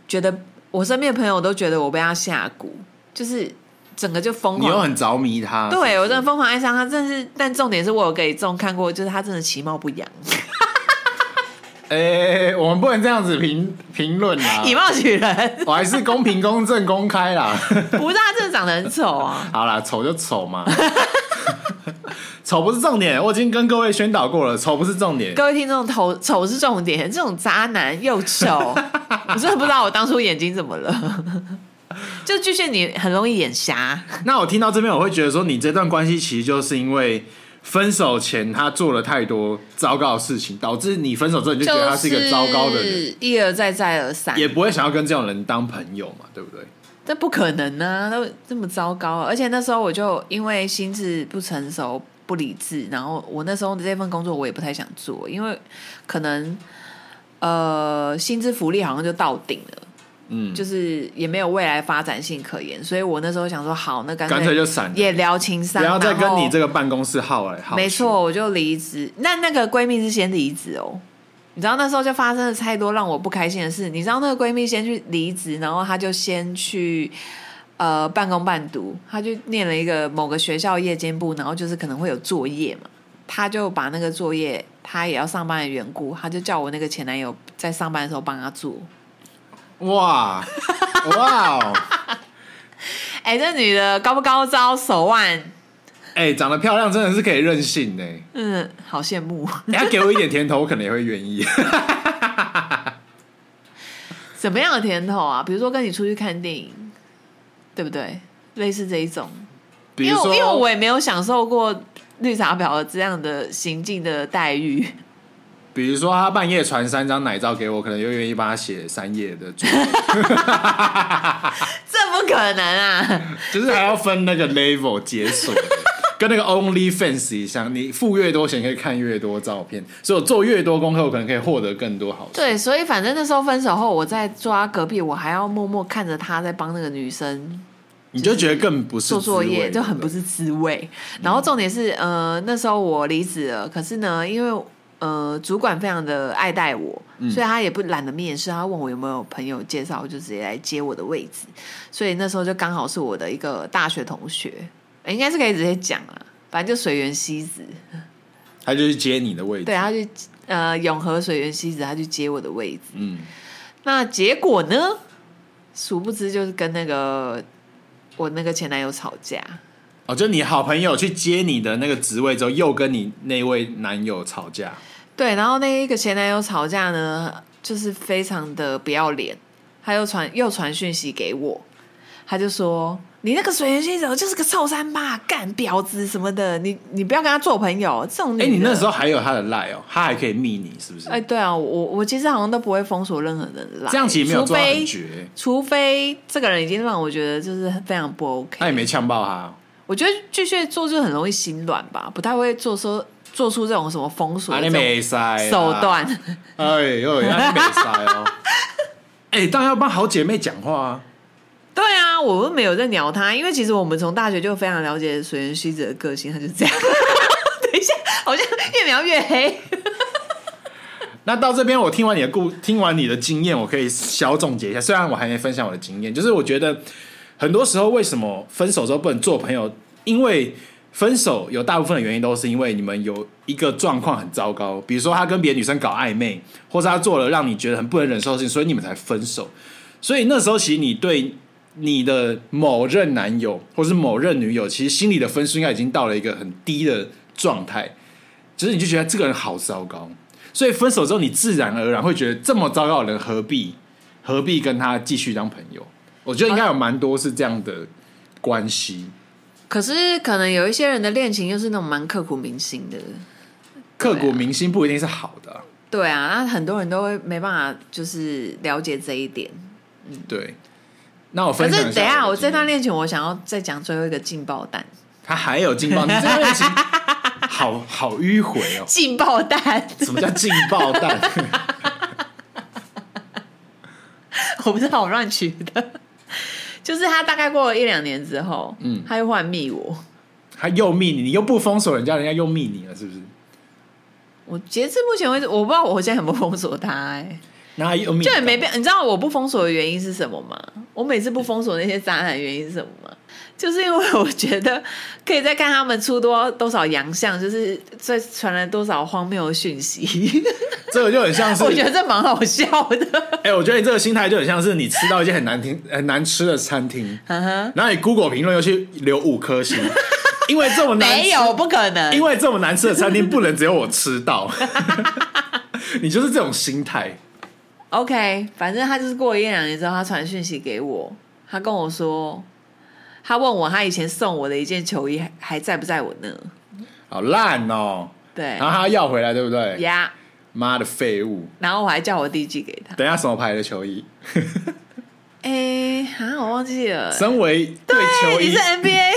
[SPEAKER 2] 觉得我身边的朋友都觉得我被他下蛊，就是整个就疯
[SPEAKER 1] 你又
[SPEAKER 2] 狂。
[SPEAKER 1] 很着迷他，
[SPEAKER 2] 对我真的疯狂爱上他，但是但重点是我有给众看过，就是他真的其貌不扬，
[SPEAKER 1] 哎、我们不能这样子评评论啊，
[SPEAKER 2] 以貌取人。
[SPEAKER 1] 我还是公平、公正、公开 啦。
[SPEAKER 2] 不是他真的长得很丑啊，
[SPEAKER 1] 好啦，丑就丑嘛， 丑不是重点，我已经跟各位宣导过了，丑不是重点。
[SPEAKER 2] 各位听众，头丑是重点，这种渣男又丑， 我真的不知道我当初眼睛怎么了。 就巨蟹，你很容易眼瞎，
[SPEAKER 1] 那我听到这边，我会觉得说，你这段关系其实就是因为分手前他做了太多糟糕的事情，导致你分手之后你就觉得他是一个糟糕的人，，
[SPEAKER 2] 一而再再而三，
[SPEAKER 1] 也不会想要跟这种人当朋友嘛，对不对？
[SPEAKER 2] 这不可能啊，都这么糟糕、啊。而且那时候我就因为心智不成熟、不理智，然后我那时候的这份工作我也不太想做，因为可能呃薪资福利好像就到顶了。
[SPEAKER 1] 嗯
[SPEAKER 2] 就是也没有未来发展性可言，所以我那时候想说，好，那干
[SPEAKER 1] 干脆就闪了
[SPEAKER 2] 也聊情商，
[SPEAKER 1] 不要再跟你这
[SPEAKER 2] 个。
[SPEAKER 1] 个办公室耗来耗去。
[SPEAKER 2] 没错，我就离职。那那个闺蜜是先离职哦，你知道那时候就发生了太多让我不开心的事。你知道那个闺蜜先去离职，然后她就先去呃半工半读，她就念了一个某个学校夜间部，然后就是可能会有作业嘛，她就把那个作业，她也要上班的缘故，她就叫我那个前男友在上班的时候帮她做。
[SPEAKER 1] 哇哇哦，
[SPEAKER 2] 哎、这女的高不高招，手腕，
[SPEAKER 1] 哎、长得漂亮真的是可以任性呢、
[SPEAKER 2] 嗯，好羡慕。
[SPEAKER 1] 等下给我一点甜头，我可能也会愿意。
[SPEAKER 2] 什么样的甜头啊？比如说跟你出去看电影，对不对？类似这一种，
[SPEAKER 1] 比
[SPEAKER 2] 因
[SPEAKER 1] 如
[SPEAKER 2] 为
[SPEAKER 1] 说，
[SPEAKER 2] 因为我也没有享受过绿茶婊的这样的行径的待遇。
[SPEAKER 1] 比如说他半夜传三张奶照给我，可能又愿意帮他写三页的作业，
[SPEAKER 2] 这不可能 啊！
[SPEAKER 1] 就是还要分那个 level 解锁的，跟那个 Only Fans 一样，你付越多钱可以看越多照片，所以我做越多功课，我可能可以获得更多好处。
[SPEAKER 2] 对，所以反正那时候分手后，我在坐他隔壁，我还要默默看着他在帮那个女生
[SPEAKER 1] 你就觉得更不是
[SPEAKER 2] 做作
[SPEAKER 1] 滋
[SPEAKER 2] 业，
[SPEAKER 1] 味
[SPEAKER 2] 就很不。
[SPEAKER 1] 对嗯
[SPEAKER 2] 是滋味。然后重点是，呃，那时候我离职了，可是呢，因为呃，主管非常的爱戴我，
[SPEAKER 1] 嗯
[SPEAKER 2] 所以他也不懒得面试，他问我有没有朋友介绍，我就直接来接我的位置。所以那时候就刚好是我的一个大学同学，呃应该是可以直接讲啊，反正就水源西子，
[SPEAKER 1] 不对他就去接你的位置。
[SPEAKER 2] 对，他去呃永和水源西子，他去接我的位置。
[SPEAKER 1] 嗯，
[SPEAKER 2] 那结果呢？殊不知就是跟那个我那个前男友吵架。
[SPEAKER 1] 哦，就你好朋友去接你的那个职位之后，又跟你那位男友吵架，
[SPEAKER 2] 对，然后那一个前男友吵架呢，就是非常的不要脸，他又传又传讯息给我，他就说：“你那个水原希子就是个臭三八，干婊子什么的，你你不要跟他做朋友。”这种女
[SPEAKER 1] 哎、
[SPEAKER 2] 的，
[SPEAKER 1] 你那时候还有他的赖哦，他还可以密你，是不是？
[SPEAKER 2] 哎，对啊，我我其实好像都不会封锁任何人啦，
[SPEAKER 1] 这样其实没有
[SPEAKER 2] 除
[SPEAKER 1] 做到
[SPEAKER 2] 非
[SPEAKER 1] 很绝，
[SPEAKER 2] 除非这个人已经让我觉得就是非常不 OK，
[SPEAKER 1] 他也哎没呛爆他，
[SPEAKER 2] 我觉得巨蟹座就很容易心软吧，不太会做说做出这种什么封锁
[SPEAKER 1] 啊，
[SPEAKER 2] 的
[SPEAKER 1] 你
[SPEAKER 2] 这
[SPEAKER 1] 没塞
[SPEAKER 2] 种手段。
[SPEAKER 1] 哎呦，那你没塞哦。 哎，当然要帮好姐妹讲话啊。
[SPEAKER 2] 对啊，我又没有在鸟他，因为其实我们从大学就非常了解水原希子的个性，他就是这样。 等一下，好像越描越黑。
[SPEAKER 1] 那到这边，我听完你的故，听完你的经验，我可以小总结一下。虽然我还没分享我的经验，就是我觉得很多时候为什么分手之后不能做朋友，因为分手有大部分的原因都是因为你们有一个状况很糟糕，比如说他跟别的女生搞暧昧，或是他做了让你觉得很不能忍受的事情，所以你们才分手。所以那时候其实你对你的某任男友或是某任女友，其实心里的分数应该已经到了一个很低的状态，就是你就觉得这个人好糟糕。所以分手之后，你自然而然会觉得这么糟糕的人何必何必跟他继续当朋友？我觉得应该有蛮多是这样的关系，
[SPEAKER 2] 可是可能有一些人的恋情又是那种蛮刻骨铭心的。
[SPEAKER 1] 刻骨铭心不一定是好的啊、
[SPEAKER 2] 对啊，那很多人都会没办法，就是了解这一点。
[SPEAKER 1] 对。那我
[SPEAKER 2] 可
[SPEAKER 1] 分
[SPEAKER 2] 是
[SPEAKER 1] 享
[SPEAKER 2] 等
[SPEAKER 1] 一
[SPEAKER 2] 一下，
[SPEAKER 1] 下
[SPEAKER 2] 我
[SPEAKER 1] 的经
[SPEAKER 2] 这
[SPEAKER 1] 验，
[SPEAKER 2] 段恋情，我想要再讲最后一个劲爆弹。
[SPEAKER 1] 他还有劲爆，你这段恋情好好迂回哦。
[SPEAKER 2] 劲爆 弹，
[SPEAKER 1] 什么叫劲爆 弹？
[SPEAKER 2] 我不知道我乱取的。 就是他大概过了一两年之后，嗯，他又忽然密我，
[SPEAKER 1] 他又密你，你又不封锁人家，人家又密你了，是不是？
[SPEAKER 2] 我截至目前为止，我不知道我现在有没有封锁他、哎，
[SPEAKER 1] 然后又密你
[SPEAKER 2] 就也没变。你知道我不封锁的原因是什么吗？我每次不封锁那些渣男的原因是什么吗？就是因为我觉得可以再看他们出多多少洋相，就是再传来多少荒谬的讯息，
[SPEAKER 1] 这个就很像是，
[SPEAKER 2] 我觉得这蛮好笑的。
[SPEAKER 1] 哎、我觉得你这个心态就很像是你吃到一间很难听、很难吃的餐厅，
[SPEAKER 2] 嗯哼
[SPEAKER 1] 然后你 Google 评论又去留五颗 星，因为这么难吃
[SPEAKER 2] 没有，不可能，
[SPEAKER 1] 因为这么难吃的餐厅不能只有我吃到， 你就是这种心态。
[SPEAKER 2] OK，反正他就是过了一两年之后，他传讯息给我，他跟我说，他问我他以前送我的一件球衣还还在不在我那？
[SPEAKER 1] 好烂哦、
[SPEAKER 2] 对
[SPEAKER 1] 然后他要要回来，对不对？
[SPEAKER 2] 呀
[SPEAKER 1] 妈的废物！
[SPEAKER 2] 然后我还叫我弟寄给他。
[SPEAKER 1] 等一下什么牌的球衣？
[SPEAKER 2] 哎，啊，我忘记了，哎
[SPEAKER 1] 身为对球
[SPEAKER 2] 你
[SPEAKER 1] 衣
[SPEAKER 2] 是，NBA，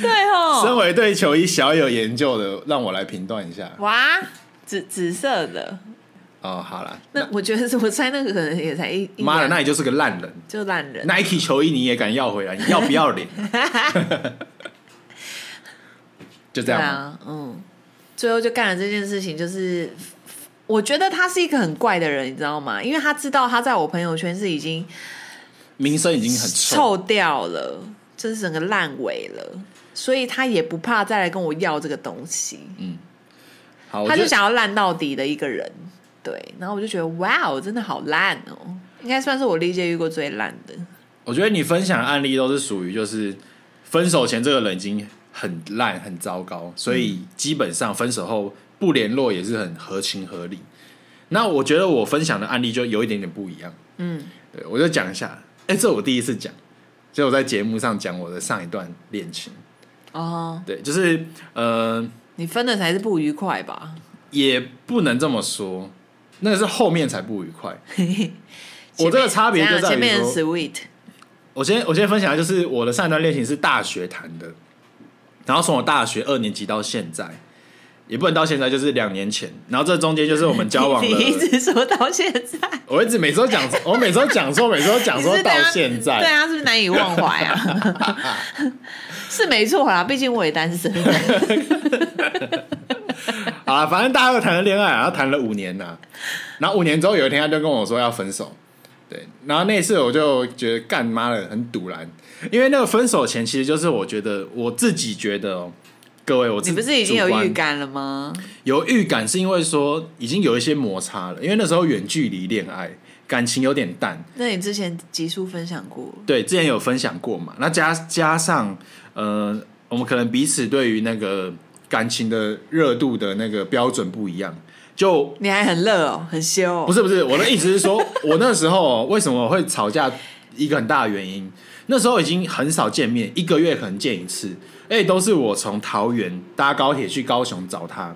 [SPEAKER 2] 对
[SPEAKER 1] 身
[SPEAKER 2] 哦，
[SPEAKER 1] 为对球衣小有研究的，让我来评断一下。
[SPEAKER 2] 哇，紫紫色的，
[SPEAKER 1] 哦，好了，
[SPEAKER 2] 那我觉得是我猜那个可能也才一，一
[SPEAKER 1] 妈的，
[SPEAKER 2] 两
[SPEAKER 1] 那你就是个烂人。
[SPEAKER 2] 就烂人。
[SPEAKER 1] Nike 球衣你也敢要回来？啊你要不要 脸？就这
[SPEAKER 2] 对
[SPEAKER 1] 样吗，
[SPEAKER 2] 啊，嗯，最后就干了这件事情，就是我觉得他是一个很怪的人，你知道吗？因为他知道他在我朋友圈是已经
[SPEAKER 1] 名声已经很臭。
[SPEAKER 2] 臭掉了，
[SPEAKER 1] 嗯
[SPEAKER 2] 就是整个烂尾了，所以他也不怕再来跟我要这个东西，
[SPEAKER 1] 好，我
[SPEAKER 2] 他
[SPEAKER 1] 觉
[SPEAKER 2] 就
[SPEAKER 1] 得
[SPEAKER 2] 想要烂到底的一个人。对，然后我就觉得哇哦，真的好烂哦，应该算是我历届遇过最烂的。
[SPEAKER 1] 我觉得你分享的案例都是属于就是分手前这个人已经很烂很糟糕，所以基本上分手后不联络也是很合情合理。那我觉得我分享的案例就有一点点不一样，
[SPEAKER 2] 嗯，
[SPEAKER 1] 对我就讲一下。哎、这我第一次讲，就我在节目上讲我的上一段恋情，
[SPEAKER 2] 哦，
[SPEAKER 1] 对，就是呃，
[SPEAKER 2] 你分的才是不愉快吧？
[SPEAKER 1] 也不能这么说，那个是后面才不愉 快。我这
[SPEAKER 2] 前
[SPEAKER 1] 个
[SPEAKER 2] 面
[SPEAKER 1] 差别就
[SPEAKER 2] 怎样
[SPEAKER 1] 在
[SPEAKER 2] 前
[SPEAKER 1] 于
[SPEAKER 2] 面很
[SPEAKER 1] 说，
[SPEAKER 2] sweet，
[SPEAKER 1] 我先我先分享的就是我的上一段恋情是大学谈的，然后从我大学二年级到现在，也不能到现在，就是两年前。然后这中间就是我们交往
[SPEAKER 2] 你一
[SPEAKER 1] 了，
[SPEAKER 2] 直说到现在。
[SPEAKER 1] 我一直每周讲，我每周讲说，每周讲
[SPEAKER 2] 你
[SPEAKER 1] 说
[SPEAKER 2] 是
[SPEAKER 1] 到
[SPEAKER 2] 对他
[SPEAKER 1] 现
[SPEAKER 2] 对
[SPEAKER 1] 在，
[SPEAKER 2] 啊，是不是难以忘怀啊？ 是没错啦，毕竟我也单身。
[SPEAKER 1] 好啦，反正大二谈了恋爱，然后谈了五年呐、然后五年之后有一天他就跟我说要分手。对，然后那一次我就觉得干妈的很堵然，因为那个分手前其实就是我觉得我自己觉得、哦，各位我自
[SPEAKER 2] 你不是已经有
[SPEAKER 1] 主观
[SPEAKER 2] 预感了吗？
[SPEAKER 1] 有预感是因为说已经有一些摩擦了，因为那时候远距离恋爱，感情有点淡。
[SPEAKER 2] 那你之前集数分享过，
[SPEAKER 1] 对，之前有分享过嘛？那加加上呃，我们可能彼此对于那个感情的热度的那个标准不一样，就
[SPEAKER 2] 你还很热哦，很羞、哦。
[SPEAKER 1] 不是不是我的意思是说，我那时候哦为什么会吵架，一个很大的原因，那时候已经很少见面，一个月可能见一次，而且都是我从桃园搭高铁去高雄找他。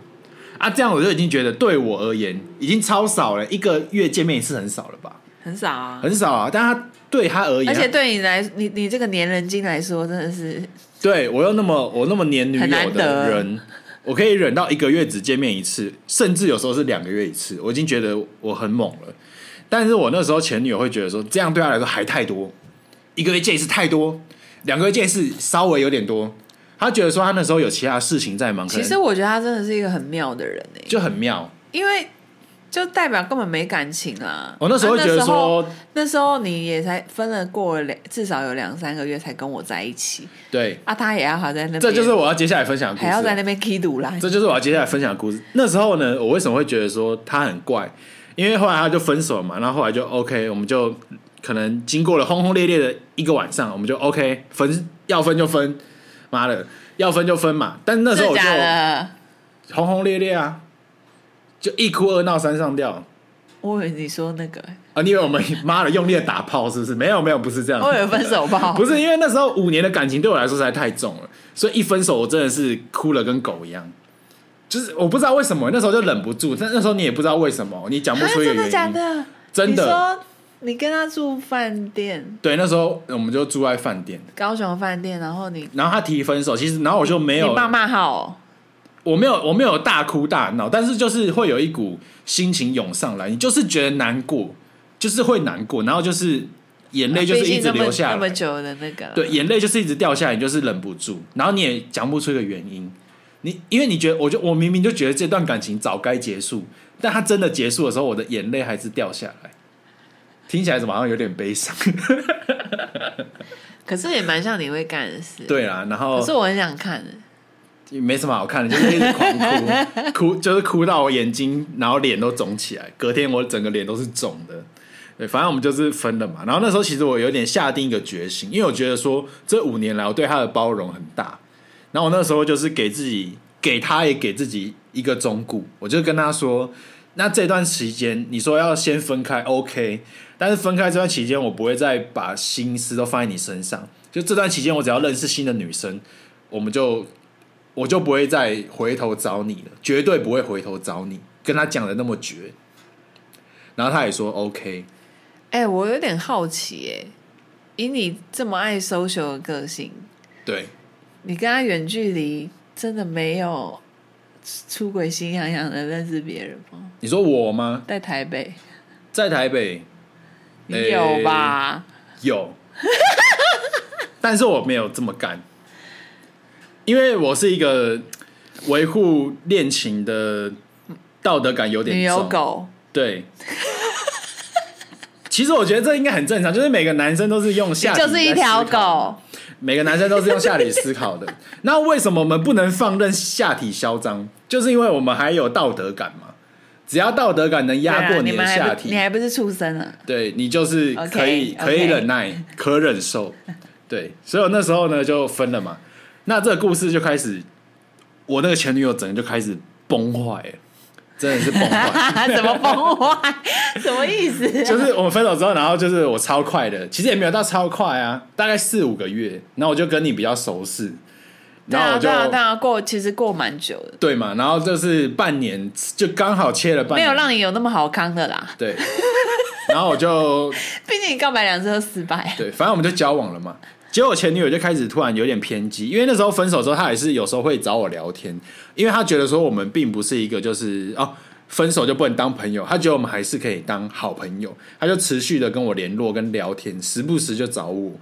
[SPEAKER 1] 啊，这样我就已经觉得对我而言已经超少了，一个月见面一次很少了吧？
[SPEAKER 2] 很少啊。
[SPEAKER 1] 很少啊，但他对他而言，
[SPEAKER 2] 而且对你来，你你这个年人精来说，真的是
[SPEAKER 1] 对我又那么我那么黏女
[SPEAKER 2] 很
[SPEAKER 1] 友
[SPEAKER 2] 难
[SPEAKER 1] 的
[SPEAKER 2] 得
[SPEAKER 1] 人，我可以忍到一个月只见面一次，甚至有时候是两个月一次，我已经觉得我很猛了。但是我那时候前女友会觉得说，这样对她来说还太多，一个月见一次太多，两个月见一次稍微有点多。她觉得说她那时候有其他事情在忙，可
[SPEAKER 2] 其实
[SPEAKER 1] 能
[SPEAKER 2] 我觉得他真的是一个很妙的人哎、
[SPEAKER 1] 就很妙。
[SPEAKER 2] 因为就代表根本没感情啦。
[SPEAKER 1] 我那时候会
[SPEAKER 2] 啊
[SPEAKER 1] 觉得说，
[SPEAKER 2] 那时候你也才分了过了两至少有两三个月才跟我在一起
[SPEAKER 1] 对，
[SPEAKER 2] 啊，他也要还在那边，
[SPEAKER 1] 这就是我要接下来分享的故事
[SPEAKER 2] 还
[SPEAKER 1] 了。
[SPEAKER 2] 要在那边 K 赌啦。
[SPEAKER 1] 这就是我要接下来分享的故事。那时候呢，我为什么会觉得说他很怪？因为后来他就分手嘛，然后后来就 OK，我们就可能经过了轰轰烈烈的一个晚上，我们就 OK 分要分就分，妈的要分就分嘛。但那时候我
[SPEAKER 2] 真的假
[SPEAKER 1] 就
[SPEAKER 2] 的？
[SPEAKER 1] 轰轰烈烈啊，就一哭二闹三上吊
[SPEAKER 2] 我以为你说那个，
[SPEAKER 1] 啊！你以为我们 妈的用力的打炮是不是？没有没有，不是这样。
[SPEAKER 2] 我以为分手啊炮，
[SPEAKER 1] 不是因为那时候五年的感情对我来说实在太重了，所以一分手我真的是哭了跟狗一样，就是我不知道为什么那时候就忍不住，但那时候你也不知道为什么，你讲不
[SPEAKER 2] 啊，
[SPEAKER 1] 出一个
[SPEAKER 2] 真
[SPEAKER 1] 原
[SPEAKER 2] 的
[SPEAKER 1] 因。
[SPEAKER 2] 假的？
[SPEAKER 1] 真的
[SPEAKER 2] 你说你跟他住饭店，
[SPEAKER 1] 对，那时候我们就住在饭店，
[SPEAKER 2] 高雄饭店，然后你
[SPEAKER 1] 然后他提分手，其实然后我就没有
[SPEAKER 2] 你，爸骂好、哦，
[SPEAKER 1] 我没有我没有大哭大闹，但是就是会有一股心情涌上来，你就是觉得难过，就是会难过，然后就是眼泪就是一直流下
[SPEAKER 2] 啊那么
[SPEAKER 1] 来，
[SPEAKER 2] 久的那个了，
[SPEAKER 1] 对，眼泪就是一直掉下来，你就是忍不住，然后你也讲不出一个原因。你因为你觉得，我就我明明就觉得这段感情早该结束，但它真的结束的时候，我的眼泪还是掉下来。听起来怎么好像有点悲伤？
[SPEAKER 2] 可是也蛮像你会干的事。，
[SPEAKER 1] 对啦，然后
[SPEAKER 2] 可是我很想
[SPEAKER 1] 欸
[SPEAKER 2] 看，
[SPEAKER 1] 也没什么好看的，就是一直狂哭， 哭就是哭到我眼睛，然后脸都肿起来。隔天我整个脸都是肿的。对，反正我们就是分了嘛。然后那时候其实我有点下定一个决心，因为我觉得说这五年来我对他的包容很大。然后我那时候就是给自己，给他也给自己一个忠告，我就跟他说，那这段时间你说要先分开，OK，但是分开这段期间，我不会再把心思都放在你身上。就这段期间，我只要认识新的女生，我们就我就不会再回头找你了，绝对不会回头找你。跟他讲的那么绝，然后他也说 OK，
[SPEAKER 2] 哎、我有点好奇、哎，以你这么爱 social 的个性，
[SPEAKER 1] 对，
[SPEAKER 2] 你跟他远距离真的没有出轨心痒痒的认识别人吗？
[SPEAKER 1] 你说我吗？
[SPEAKER 2] 在台北，
[SPEAKER 1] 在台北
[SPEAKER 2] 你有吧？
[SPEAKER 1] 哎有， 但是我没有这么干，因为我是一个维护恋情的道德感有点重。
[SPEAKER 2] 女友狗，
[SPEAKER 1] 对。 其实我觉得这应该很正常，就是每个男生都是用
[SPEAKER 2] 你
[SPEAKER 1] 下体
[SPEAKER 2] 就是一
[SPEAKER 1] 在思
[SPEAKER 2] 条
[SPEAKER 1] 考
[SPEAKER 2] 狗。
[SPEAKER 1] 每个男生都是用下体思考的。 那为什么我们不能放任下体嚣张？就是因为我们还有道德感嘛。只要道德感能压
[SPEAKER 2] 对啊
[SPEAKER 1] 过
[SPEAKER 2] 你
[SPEAKER 1] 的
[SPEAKER 2] 们还
[SPEAKER 1] 下
[SPEAKER 2] 不
[SPEAKER 1] 体，
[SPEAKER 2] 你还不是畜生啊？
[SPEAKER 1] 对你就是可以
[SPEAKER 2] OK，OK
[SPEAKER 1] 可以忍耐，可忍受。对，所以我那时候呢就分了嘛。那这个故事就开始，我那个前女友整个就开始崩坏了，真的是崩坏。
[SPEAKER 2] 怎么崩坏？ 什么意思、啊？
[SPEAKER 1] 就是我们分手之后，然后就是我超快的，其实也没有到超快啊，大概四五个月。然后我就跟你比较熟识，
[SPEAKER 2] 对
[SPEAKER 1] 然后
[SPEAKER 2] 啊
[SPEAKER 1] 我就
[SPEAKER 2] 对啊对啊，过其实过蛮久的，
[SPEAKER 1] 对嘛，然后就是半年就刚好切了半
[SPEAKER 2] 没
[SPEAKER 1] 年，
[SPEAKER 2] 有让你有那么好康的啦。
[SPEAKER 1] 对，然后我就
[SPEAKER 2] 毕竟你告白两次都失败。
[SPEAKER 1] 对，反正我们就交往了嘛。结果我前女友就开始突然有点偏激，因为那时候分手之后，她也是有时候会找我聊天，因为她觉得说我们并不是一个就是哦分手就不能当朋友，她觉得我们还是可以当好朋友，她就持续的跟我联络跟聊天，时不时就找我。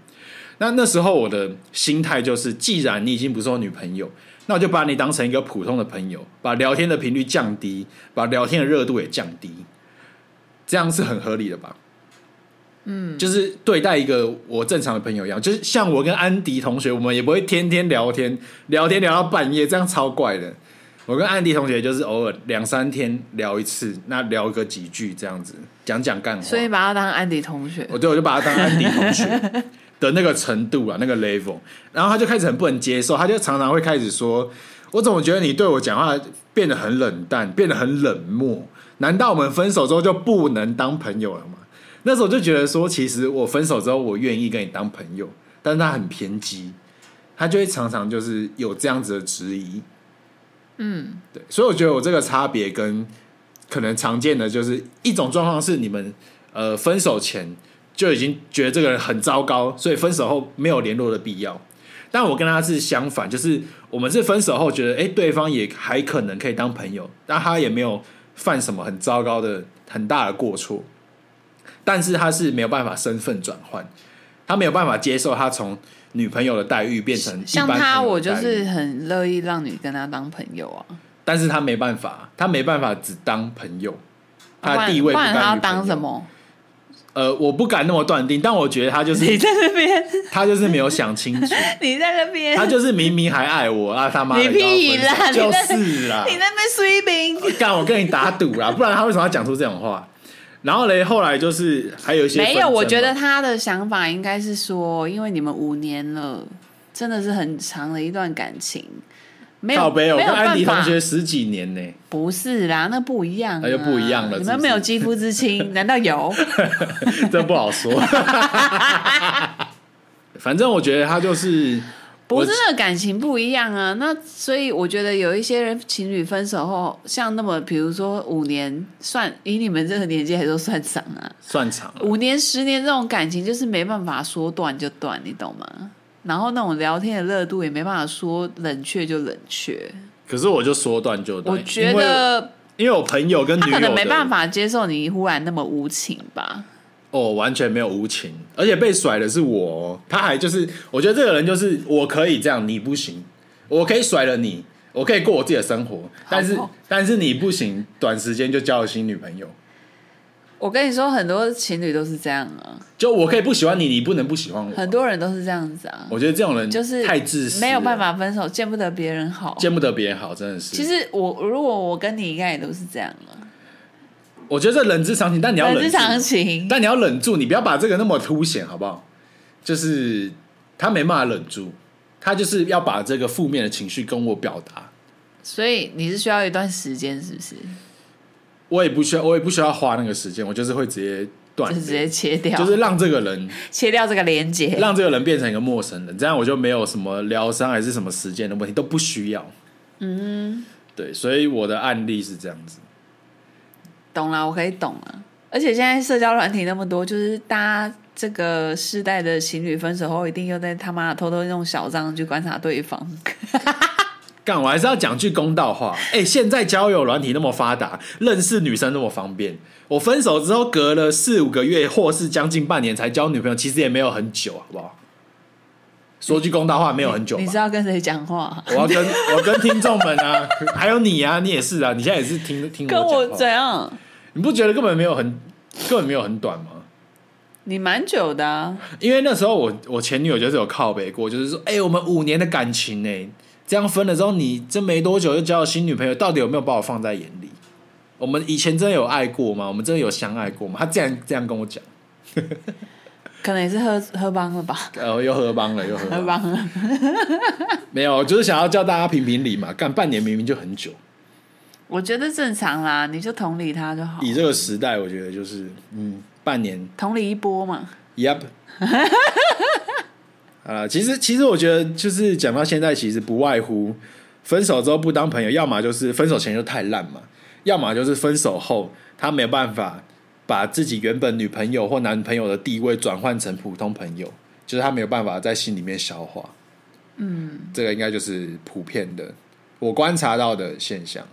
[SPEAKER 1] 那那时候我的心态就是，既然你已经不是我女朋友，那我就把你当成一个普通的朋友，把聊天的频率降低，把聊天的热度也降低，这样是很合理的吧？嗯，就是对待一个我正常的朋友一样，就是像我跟安迪同学，我们也不会天天聊天，聊天聊到半夜，这样超怪的。我跟安迪同学就是偶尔两三天聊一次，那聊个几句这样子，讲讲干话。
[SPEAKER 2] 所以把他当安迪同学，
[SPEAKER 1] 我对我就把他当安迪同学的那个程度啊，那个 level，然后他就开始很不能接受，他就常常会开始说：“我怎么觉得你对我讲话变得很冷淡，变得很冷漠？难道我们分手之后就不能当朋友了吗？”那时候我就觉得说，其实我分手之后，我愿意跟你当朋友，但是他很偏激，他就会常常就是有这样子的质疑。嗯，对，所以我觉得我这个差别跟可能常见的就是一种状况是你们呃分手前就已经觉得这个人很糟糕，所以分手后没有联络的必要。但我跟他是相反，就是我们是分手后觉得，哎、对方也还可能可以当朋友，但他也没有犯什么很糟糕的、很大的过错，但是他是没有办法身份转换，他没有办法接受他从女朋友的待遇变成一般
[SPEAKER 2] 像
[SPEAKER 1] 朋友的
[SPEAKER 2] 他，我就
[SPEAKER 1] 待遇
[SPEAKER 2] 是很乐意让你跟他当朋友啊。
[SPEAKER 1] 但是他没办法，他没办法只当朋友，
[SPEAKER 2] 不然
[SPEAKER 1] 他的地位
[SPEAKER 2] 啊不
[SPEAKER 1] 不
[SPEAKER 2] 然他
[SPEAKER 1] 甘
[SPEAKER 2] 要
[SPEAKER 1] 于
[SPEAKER 2] 当
[SPEAKER 1] 朋友
[SPEAKER 2] 什？么？
[SPEAKER 1] 呃，我不敢那么断定，但我觉得他就是
[SPEAKER 2] 你在那边，
[SPEAKER 1] 他就是没有想清楚，
[SPEAKER 2] 你在那边，
[SPEAKER 1] 他就是明明还爱我啊，他妈的
[SPEAKER 2] 你屁啦
[SPEAKER 1] 搞到分手就
[SPEAKER 2] 你
[SPEAKER 1] 是啦，
[SPEAKER 2] 你在那边水兵。
[SPEAKER 1] 干我跟你打赌啦，不然他为什么要讲出这种话？然后嘞，后来就是还有一些
[SPEAKER 2] 没
[SPEAKER 1] 纷
[SPEAKER 2] 有，
[SPEAKER 1] 争
[SPEAKER 2] 我
[SPEAKER 1] 嘛
[SPEAKER 2] 觉得他的想法应该是说，因为你们五年了，真的是很长的一段感情，没有
[SPEAKER 1] 靠
[SPEAKER 2] 没
[SPEAKER 1] 北，我跟
[SPEAKER 2] 有
[SPEAKER 1] 安
[SPEAKER 2] 办
[SPEAKER 1] 迪同
[SPEAKER 2] 法。
[SPEAKER 1] 学十几年呢、
[SPEAKER 2] 不是啦，那不一样、啊，
[SPEAKER 1] 那就哎不一样了
[SPEAKER 2] 你
[SPEAKER 1] 是不
[SPEAKER 2] 们
[SPEAKER 1] 是
[SPEAKER 2] 没有肌肤之亲，难道有？
[SPEAKER 1] 这不好 说。反正我觉得他就是
[SPEAKER 2] 不
[SPEAKER 1] 我
[SPEAKER 2] 是那个感情不一样啊。那所以我觉得有一些人情侣分手后，像那么比如说五年算，以你们这个年纪来说算长啊，
[SPEAKER 1] 算长了，
[SPEAKER 2] 五年十年这种感情就是没办法说断就断，你懂吗？然后那种聊天的热度也没办法说冷却就冷却。
[SPEAKER 1] 可是我就说断就断，
[SPEAKER 2] 我觉
[SPEAKER 1] 因为
[SPEAKER 2] 得
[SPEAKER 1] 因为我朋友跟
[SPEAKER 2] 他
[SPEAKER 1] 女友
[SPEAKER 2] 可能没
[SPEAKER 1] 的
[SPEAKER 2] 办法接受你忽然那么无情吧。
[SPEAKER 1] 哦，完全没有无情，而且被甩的是我哦，他还就是，我觉得这个人就是我可以这样，你不行，我可以甩了你，我可以过我自己的生活，但是
[SPEAKER 2] 好
[SPEAKER 1] 但是你不行，短时间就交了新女朋友，
[SPEAKER 2] 我跟你说，很多情侣都是这样啊，
[SPEAKER 1] 就我可以不喜欢你，你不能不喜欢我，
[SPEAKER 2] 很多人都是这样子啊，
[SPEAKER 1] 我觉得这种人
[SPEAKER 2] 就是
[SPEAKER 1] 太自私，
[SPEAKER 2] 没有办，法分手，见不得别人好。
[SPEAKER 1] 见不得别人好，真的是。
[SPEAKER 2] 其实我如果我跟你应该也都是这样啊，
[SPEAKER 1] 我觉得这人之常情，但你要
[SPEAKER 2] 人
[SPEAKER 1] 忍
[SPEAKER 2] 之
[SPEAKER 1] 住
[SPEAKER 2] 常情。
[SPEAKER 1] 但你要忍住，你不要把这个那么凸显，好不好？就是他没办法忍住，他就是要把这个负面的情绪跟我表达。
[SPEAKER 2] 所以你是需要一段时间，是不是？
[SPEAKER 1] 我也不需要，我也不需要花那个时间，我就是会直接断
[SPEAKER 2] 就
[SPEAKER 1] 联，
[SPEAKER 2] 直接切
[SPEAKER 1] 啊
[SPEAKER 2] 掉，
[SPEAKER 1] 就是让这个人，
[SPEAKER 2] 切掉这个连接。
[SPEAKER 1] 让这个人变成一个陌生人，这样我就没有什么疗伤还是什么时间的问题，都不需要。
[SPEAKER 2] 嗯，
[SPEAKER 1] 对，所以我的案例是这样子。
[SPEAKER 2] 懂了，我可以懂了。而且现在社交软体那么多，就是大家这个世代的情侣分手后，一定又在他妈的偷偷用小账去观察对方。
[SPEAKER 1] 干，我还是要讲句公道话。哎、现在交友软体那么发达，认识女生那么方便，我分手之后隔了四五个月，或是将近半年才交女朋友，其实也没有很久，好不好？说句公道话，没有很久吧
[SPEAKER 2] 你。是要跟谁讲话？
[SPEAKER 1] 我要跟我跟听众们啊， 还有你啊，你也是啊，你现在也是听听
[SPEAKER 2] 跟
[SPEAKER 1] 我
[SPEAKER 2] 我
[SPEAKER 1] 讲
[SPEAKER 2] 怎
[SPEAKER 1] 话，
[SPEAKER 2] 样？
[SPEAKER 1] 你不觉得根本没有很根本没有很短吗？
[SPEAKER 2] 你蛮久的、啊，
[SPEAKER 1] 因为那时候我我前女友就是有靠背过，就是说，哎、我们五年的感情呢、这样分了之后，你这没多久就交了新女朋友，到底有没有把我放在眼里？我们以前真的有爱过吗？我们真的有相爱过吗？他这样这样跟我讲，
[SPEAKER 2] 可能也是喝喝帮了吧，
[SPEAKER 1] 呃，又喝帮了，又喝
[SPEAKER 2] 喝
[SPEAKER 1] 帮，
[SPEAKER 2] 帮了。
[SPEAKER 1] 没有，就是想要叫大家评评理嘛。干半年明明就很久，
[SPEAKER 2] 我觉得正常啦，你就同理他就好，
[SPEAKER 1] 以这个时代，我觉得就是，嗯，半年
[SPEAKER 2] 同理一波嘛。
[SPEAKER 1] ，Yep。啊，其实其实我觉得就是讲到现在，其实不外乎分手之后不当朋友，要么就是分手前就太烂嘛，要么就是分手后他没有办法把自己原本女朋友或男朋友的地位转换成普通朋友，就是他没有办法在心里面消化。嗯，这个应该就是普遍的，我观察到的现象。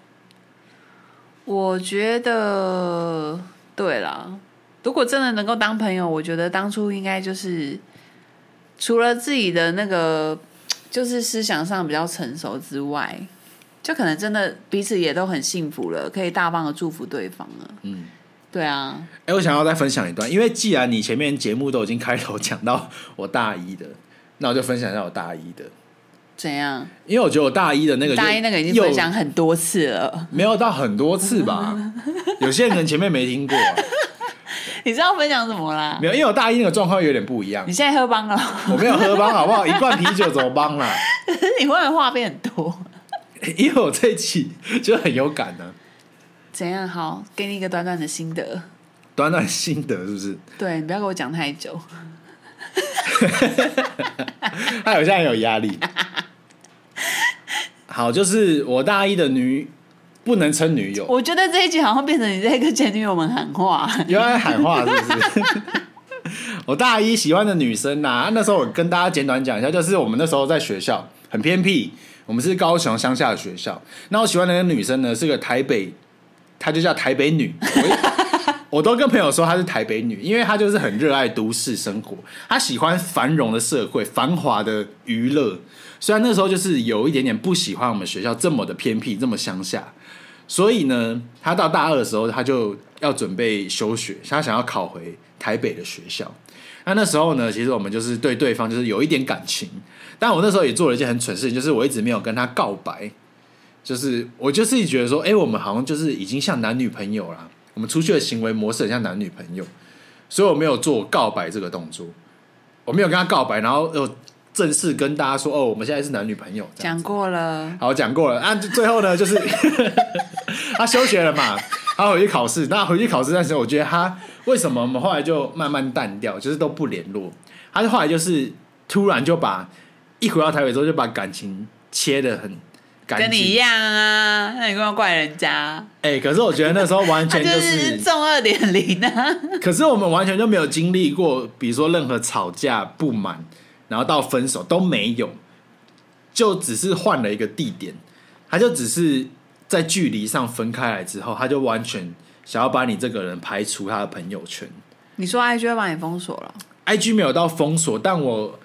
[SPEAKER 2] 我觉得对啦，如果真的能够当朋友，我觉得当初应该就是除了自己的那个就是思想上比较成熟之外，就可能真的彼此也都很幸福了，可以大方的祝福对方了。
[SPEAKER 1] 嗯，
[SPEAKER 2] 对啊，
[SPEAKER 1] 哎、我想要再分享一段，因为既然你前面节目都已经开头讲到我大一的，那我就分享一下我大一的。
[SPEAKER 2] 怎样？
[SPEAKER 1] 因为我觉得我大一的那个就
[SPEAKER 2] 大一那个已经
[SPEAKER 1] 又
[SPEAKER 2] 分享很多次了，
[SPEAKER 1] 没有到很多次吧，有些人前面没听过、啊，
[SPEAKER 2] 你知道分享什么啦
[SPEAKER 1] 没？有，因为我大一那个状况有点不一样
[SPEAKER 2] 你，现在喝帮了，
[SPEAKER 1] 我没有喝帮好不好？一罐啤酒怎么帮啦、
[SPEAKER 2] 你会不会话变很多？
[SPEAKER 1] 因为我这一期就很有感啊呢、
[SPEAKER 2] 怎样？好，给你一个短短的心得。
[SPEAKER 1] 短短心得是不是？
[SPEAKER 2] 对你不要跟我讲太久。
[SPEAKER 1] 他好像很有压力。好，就是我大一的女，不能称女友，
[SPEAKER 2] 我觉得这一集好像变成你在跟前女友们喊话，
[SPEAKER 1] 又在喊话是不是？ 我大一喜欢的女生呐、啊，那时候我跟大家简短讲一下，就是我们那时候在学校很偏僻，我们是高雄乡下的学校。那我喜欢的那个女生呢，是个台北，她就叫台北女。 我我都跟朋友说她是台北女，因为她就是很热爱都市生活，她喜欢繁荣的社会、繁华的娱乐。虽然那时候就是有一点点不喜欢我们学校这么的偏僻、这么乡下，所以呢，他到大二的时候，他就要准备休学，他想要考回台北的学校。那那时候呢，其实我们就是对对方就是有一点感情，但我那时候也做了一件很蠢事情，就是我一直没有跟他告白，就是我就是觉得说，哎、我们好像就是已经像男女朋友啦，我们出去的行为模式很像男女朋友，所以我没有做告白这个动作，我没有跟他告白，然后又正式跟大家说，哦，我们现在是男女朋友，这样
[SPEAKER 2] 讲过了，
[SPEAKER 1] 好，讲过了啊。就最后呢，就是 他休学了嘛，他回去考试。那回去考试的时候，我觉得他为什么我们后来就慢慢淡掉，就是都不联络。他就后来就是突然就把一回到台北之后，就把感情切的很干净。
[SPEAKER 2] 跟你一样啊，那你干嘛怪人家？
[SPEAKER 1] 哎、可是我觉得那时候完
[SPEAKER 2] 他
[SPEAKER 1] 全
[SPEAKER 2] 啊就
[SPEAKER 1] 就是
[SPEAKER 2] 是中二点零啊，
[SPEAKER 1] 可是我们完全就没有经历过，比如说任何吵架、不满，然后到分手都没有，就只是换了一个地点，他就只是在距离上分开来之后，他就完全想要把你这个人排除他的朋友圈。
[SPEAKER 2] 你说 IG 会把你封锁了，
[SPEAKER 1] IG 没有到封锁，但我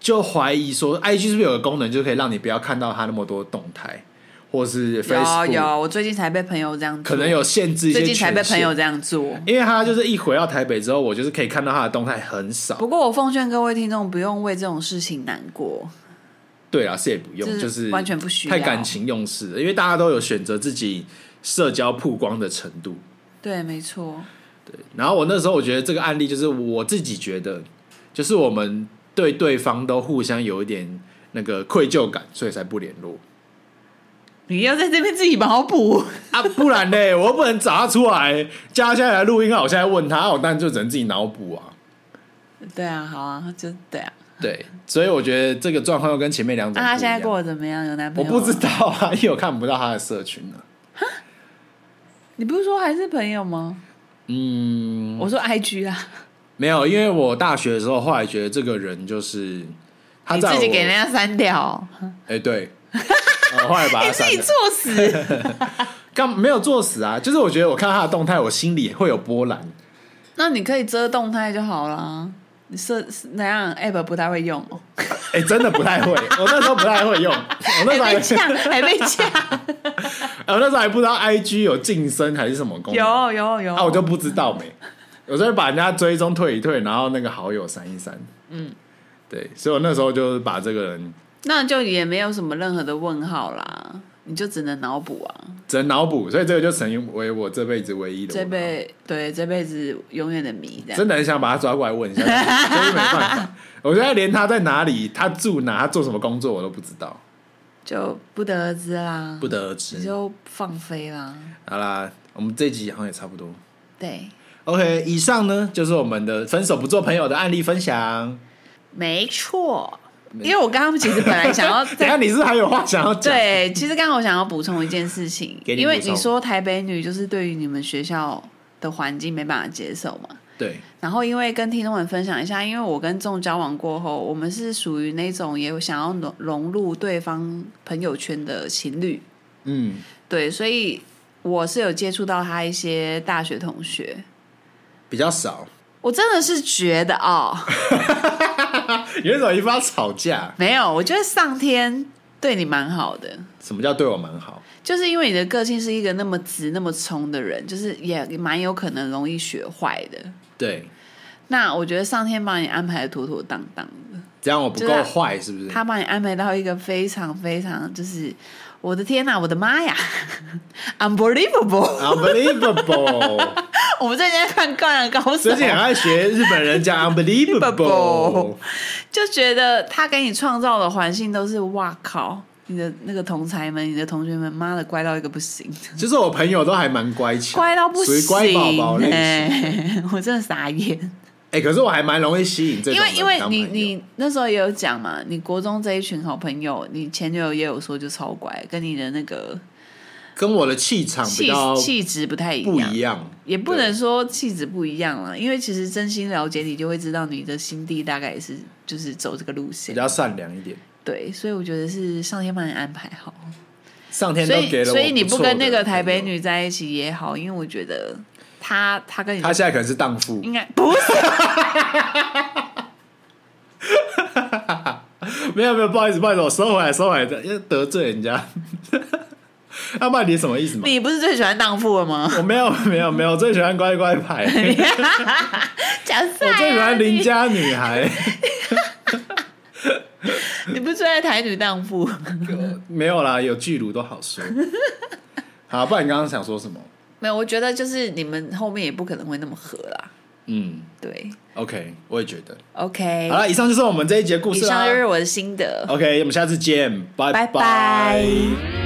[SPEAKER 1] 就怀疑说，IG 是不是有个功能，就可以让你不要看到它那么多动态，或是 Facebook
[SPEAKER 2] 有有，我最近才被朋友这样做，
[SPEAKER 1] 可能有限制一些
[SPEAKER 2] 最
[SPEAKER 1] 权限。
[SPEAKER 2] 近才被朋友这样做。
[SPEAKER 1] 因为他就是一回到台北之后，我就是可以看到他的动态很少。
[SPEAKER 2] 不过我奉劝各位听众，不用为这种事情难过。
[SPEAKER 1] 对啊，是也不用，
[SPEAKER 2] 这是
[SPEAKER 1] 就是
[SPEAKER 2] 完全不需要
[SPEAKER 1] 太感情用事了，因为大家都有选择自己社交曝光的程度。
[SPEAKER 2] 对，没错，
[SPEAKER 1] 然后我那时候我觉得这个案例就是我自己觉得，就是我们对对方都互相有一点那个愧疚感，所以才不联络
[SPEAKER 2] 你要在这边自己脑补。
[SPEAKER 1] 啊，不然呢，我又不能找他出来，叫他现在来录音啊，我现在问他，我当然就只能自己脑补啊。
[SPEAKER 2] 对啊，好啊，就对啊。
[SPEAKER 1] 对，所以我觉得这个状况又跟前面两种
[SPEAKER 2] 那
[SPEAKER 1] 不一样。
[SPEAKER 2] 他现在过得怎么样？有男朋
[SPEAKER 1] 我
[SPEAKER 2] 友？
[SPEAKER 1] 不知。道啊，因为我看不到他的社群啊了、
[SPEAKER 2] 你不是说还是朋友吗？
[SPEAKER 1] 嗯，
[SPEAKER 2] 我说 IG 啊，
[SPEAKER 1] 没有，因为我大学的时候，后来觉得这个人就是他
[SPEAKER 2] 你
[SPEAKER 1] 在我
[SPEAKER 2] 自己给人家删掉，
[SPEAKER 1] 哎、对，我后来把
[SPEAKER 2] 你
[SPEAKER 1] 他
[SPEAKER 2] 自
[SPEAKER 1] 删
[SPEAKER 2] 己
[SPEAKER 1] 了
[SPEAKER 2] 作。 死。
[SPEAKER 1] 刚没有作死啊，就是我觉得我看他的动态，我心里会有波澜。
[SPEAKER 2] 那你可以遮动态就好啦。你设那样 app 不太会用哦，
[SPEAKER 1] 哎、真的不太 会，我那时候不太会用，我那时候
[SPEAKER 2] 还
[SPEAKER 1] 还
[SPEAKER 2] 被呛，还被 呛。
[SPEAKER 1] 我那时候还不知道 I G 有晋升还是什么功能，
[SPEAKER 2] 有有有。
[SPEAKER 1] 啊，我就不知道没，我就会把人家追踪退一退，然后那个好友删一删。嗯，对，所以我那时候就是把这个人
[SPEAKER 2] 那就也没有什么任何的问号啦，你就只能脑补啊。
[SPEAKER 1] 只能脑补，所以这个就成为我这辈子唯一的
[SPEAKER 2] 这
[SPEAKER 1] 问号
[SPEAKER 2] 辈对这辈子永远的谜，这
[SPEAKER 1] 啊
[SPEAKER 2] 样
[SPEAKER 1] 真的很想把他抓过来 问一下，可是没办法。我觉得连他在哪里、他住哪、他做什么工作我都不知道，
[SPEAKER 2] 就不得而知啦，
[SPEAKER 1] 不得而
[SPEAKER 2] 你
[SPEAKER 1] 知。
[SPEAKER 2] 就放飞啦。
[SPEAKER 1] 好啦，我们这集好像也差不多。
[SPEAKER 2] 对
[SPEAKER 1] OK，以上呢就是我们的分手不做朋友的案例分享。
[SPEAKER 2] 没错，因为我刚刚其实本来想要
[SPEAKER 1] 等一
[SPEAKER 2] 再
[SPEAKER 1] 下你是不是还有话想要讲？，
[SPEAKER 2] 对，其实刚好想要补充一件事情，
[SPEAKER 1] 给你
[SPEAKER 2] 因为
[SPEAKER 1] 补充
[SPEAKER 2] 你说台北女就是对于你们学校的环境没办法接受嘛，
[SPEAKER 1] 对
[SPEAKER 2] 然后因为跟听众们分享一下，因为我跟众交往过后，我们是属于那种也有想要融融入对方朋友圈的情侣，
[SPEAKER 1] 嗯，
[SPEAKER 2] 对，所以我是有接触到他一些大学同学，
[SPEAKER 1] 比较少。
[SPEAKER 2] 我真的是觉得哦，
[SPEAKER 1] 有一种一副要吵架，
[SPEAKER 2] 没有，我觉得上天对你蛮好的，
[SPEAKER 1] 什么叫对我蛮好？
[SPEAKER 2] 就是因为你的个性是一个那么直、那么冲的人，就是也蛮有可能容易学坏的。
[SPEAKER 1] 对，
[SPEAKER 2] 那我觉得上天把你安排的妥妥当当的，
[SPEAKER 1] 这样我不
[SPEAKER 2] 就
[SPEAKER 1] 够
[SPEAKER 2] 是
[SPEAKER 1] 坏是不是？
[SPEAKER 2] 他把你安排到一个非常非常就是，我的天呐，我的妈呀 ，unbelievable！
[SPEAKER 1] Unbelievable！
[SPEAKER 2] 我们最近在看《灌篮高手
[SPEAKER 1] 最》，近很爱学日本人讲 unbelievable，
[SPEAKER 2] 就觉得他给你创造的环境都是哇靠，你的那个同才们、你的同学们，妈的乖到一个不行。
[SPEAKER 1] 就是我朋友都还蛮乖巧，
[SPEAKER 2] 乖到不
[SPEAKER 1] 属于
[SPEAKER 2] 行，
[SPEAKER 1] 乖宝宝类型。哎、
[SPEAKER 2] 欸 我真的傻眼，
[SPEAKER 1] 可是我还蛮容易吸引这
[SPEAKER 2] 因
[SPEAKER 1] 种
[SPEAKER 2] 为
[SPEAKER 1] 人
[SPEAKER 2] 因为
[SPEAKER 1] 当朋
[SPEAKER 2] 你
[SPEAKER 1] 友
[SPEAKER 2] 你那时候也有讲嘛，你国中这一群好朋友，你前女友也有说就超乖，跟你的那个
[SPEAKER 1] 跟我的气场比
[SPEAKER 2] 气
[SPEAKER 1] 较
[SPEAKER 2] 气质不太一
[SPEAKER 1] 不
[SPEAKER 2] 样，
[SPEAKER 1] 一样，
[SPEAKER 2] 也不能说气质不一样了，因为其实真心了解你，就会知道你的心地大概也是就是走这个路
[SPEAKER 1] 比
[SPEAKER 2] 线，
[SPEAKER 1] 较善良一点。
[SPEAKER 2] 对，所以我觉得是上天帮你安排好，
[SPEAKER 1] 上天都
[SPEAKER 2] 所以
[SPEAKER 1] 给了我
[SPEAKER 2] 所以你
[SPEAKER 1] 不错的
[SPEAKER 2] 跟那个台北
[SPEAKER 1] 朋友，
[SPEAKER 2] 女在一起也好，因为我觉得她她跟你
[SPEAKER 1] 她现在可能是荡妇
[SPEAKER 2] 应，该不是。
[SPEAKER 1] 没有没有，不好意思不好意思，我收回来收回来，要得罪人家。 啊要不然你什么意思嘛？
[SPEAKER 2] 你不是最喜欢荡妇了吗？
[SPEAKER 1] 我没有没有没有，我最喜欢乖乖牌，
[SPEAKER 2] 讲啥、
[SPEAKER 1] 我最喜欢邻家女 孩。
[SPEAKER 2] 你，你不是最爱台女荡妇？
[SPEAKER 1] 没有啦，有巨乳都好说。好，不然你刚刚想说什么？
[SPEAKER 2] 没有，我觉得就是你们后面也不可能会那么合啦。
[SPEAKER 1] 嗯
[SPEAKER 2] 对
[SPEAKER 1] ，OK，我也觉得。
[SPEAKER 2] ，OK，
[SPEAKER 1] 好了，以上就是我们这一节故
[SPEAKER 2] 以
[SPEAKER 1] 事啦
[SPEAKER 2] 上就。是我的心得。
[SPEAKER 1] OK，我们下次见，拜
[SPEAKER 2] 拜拜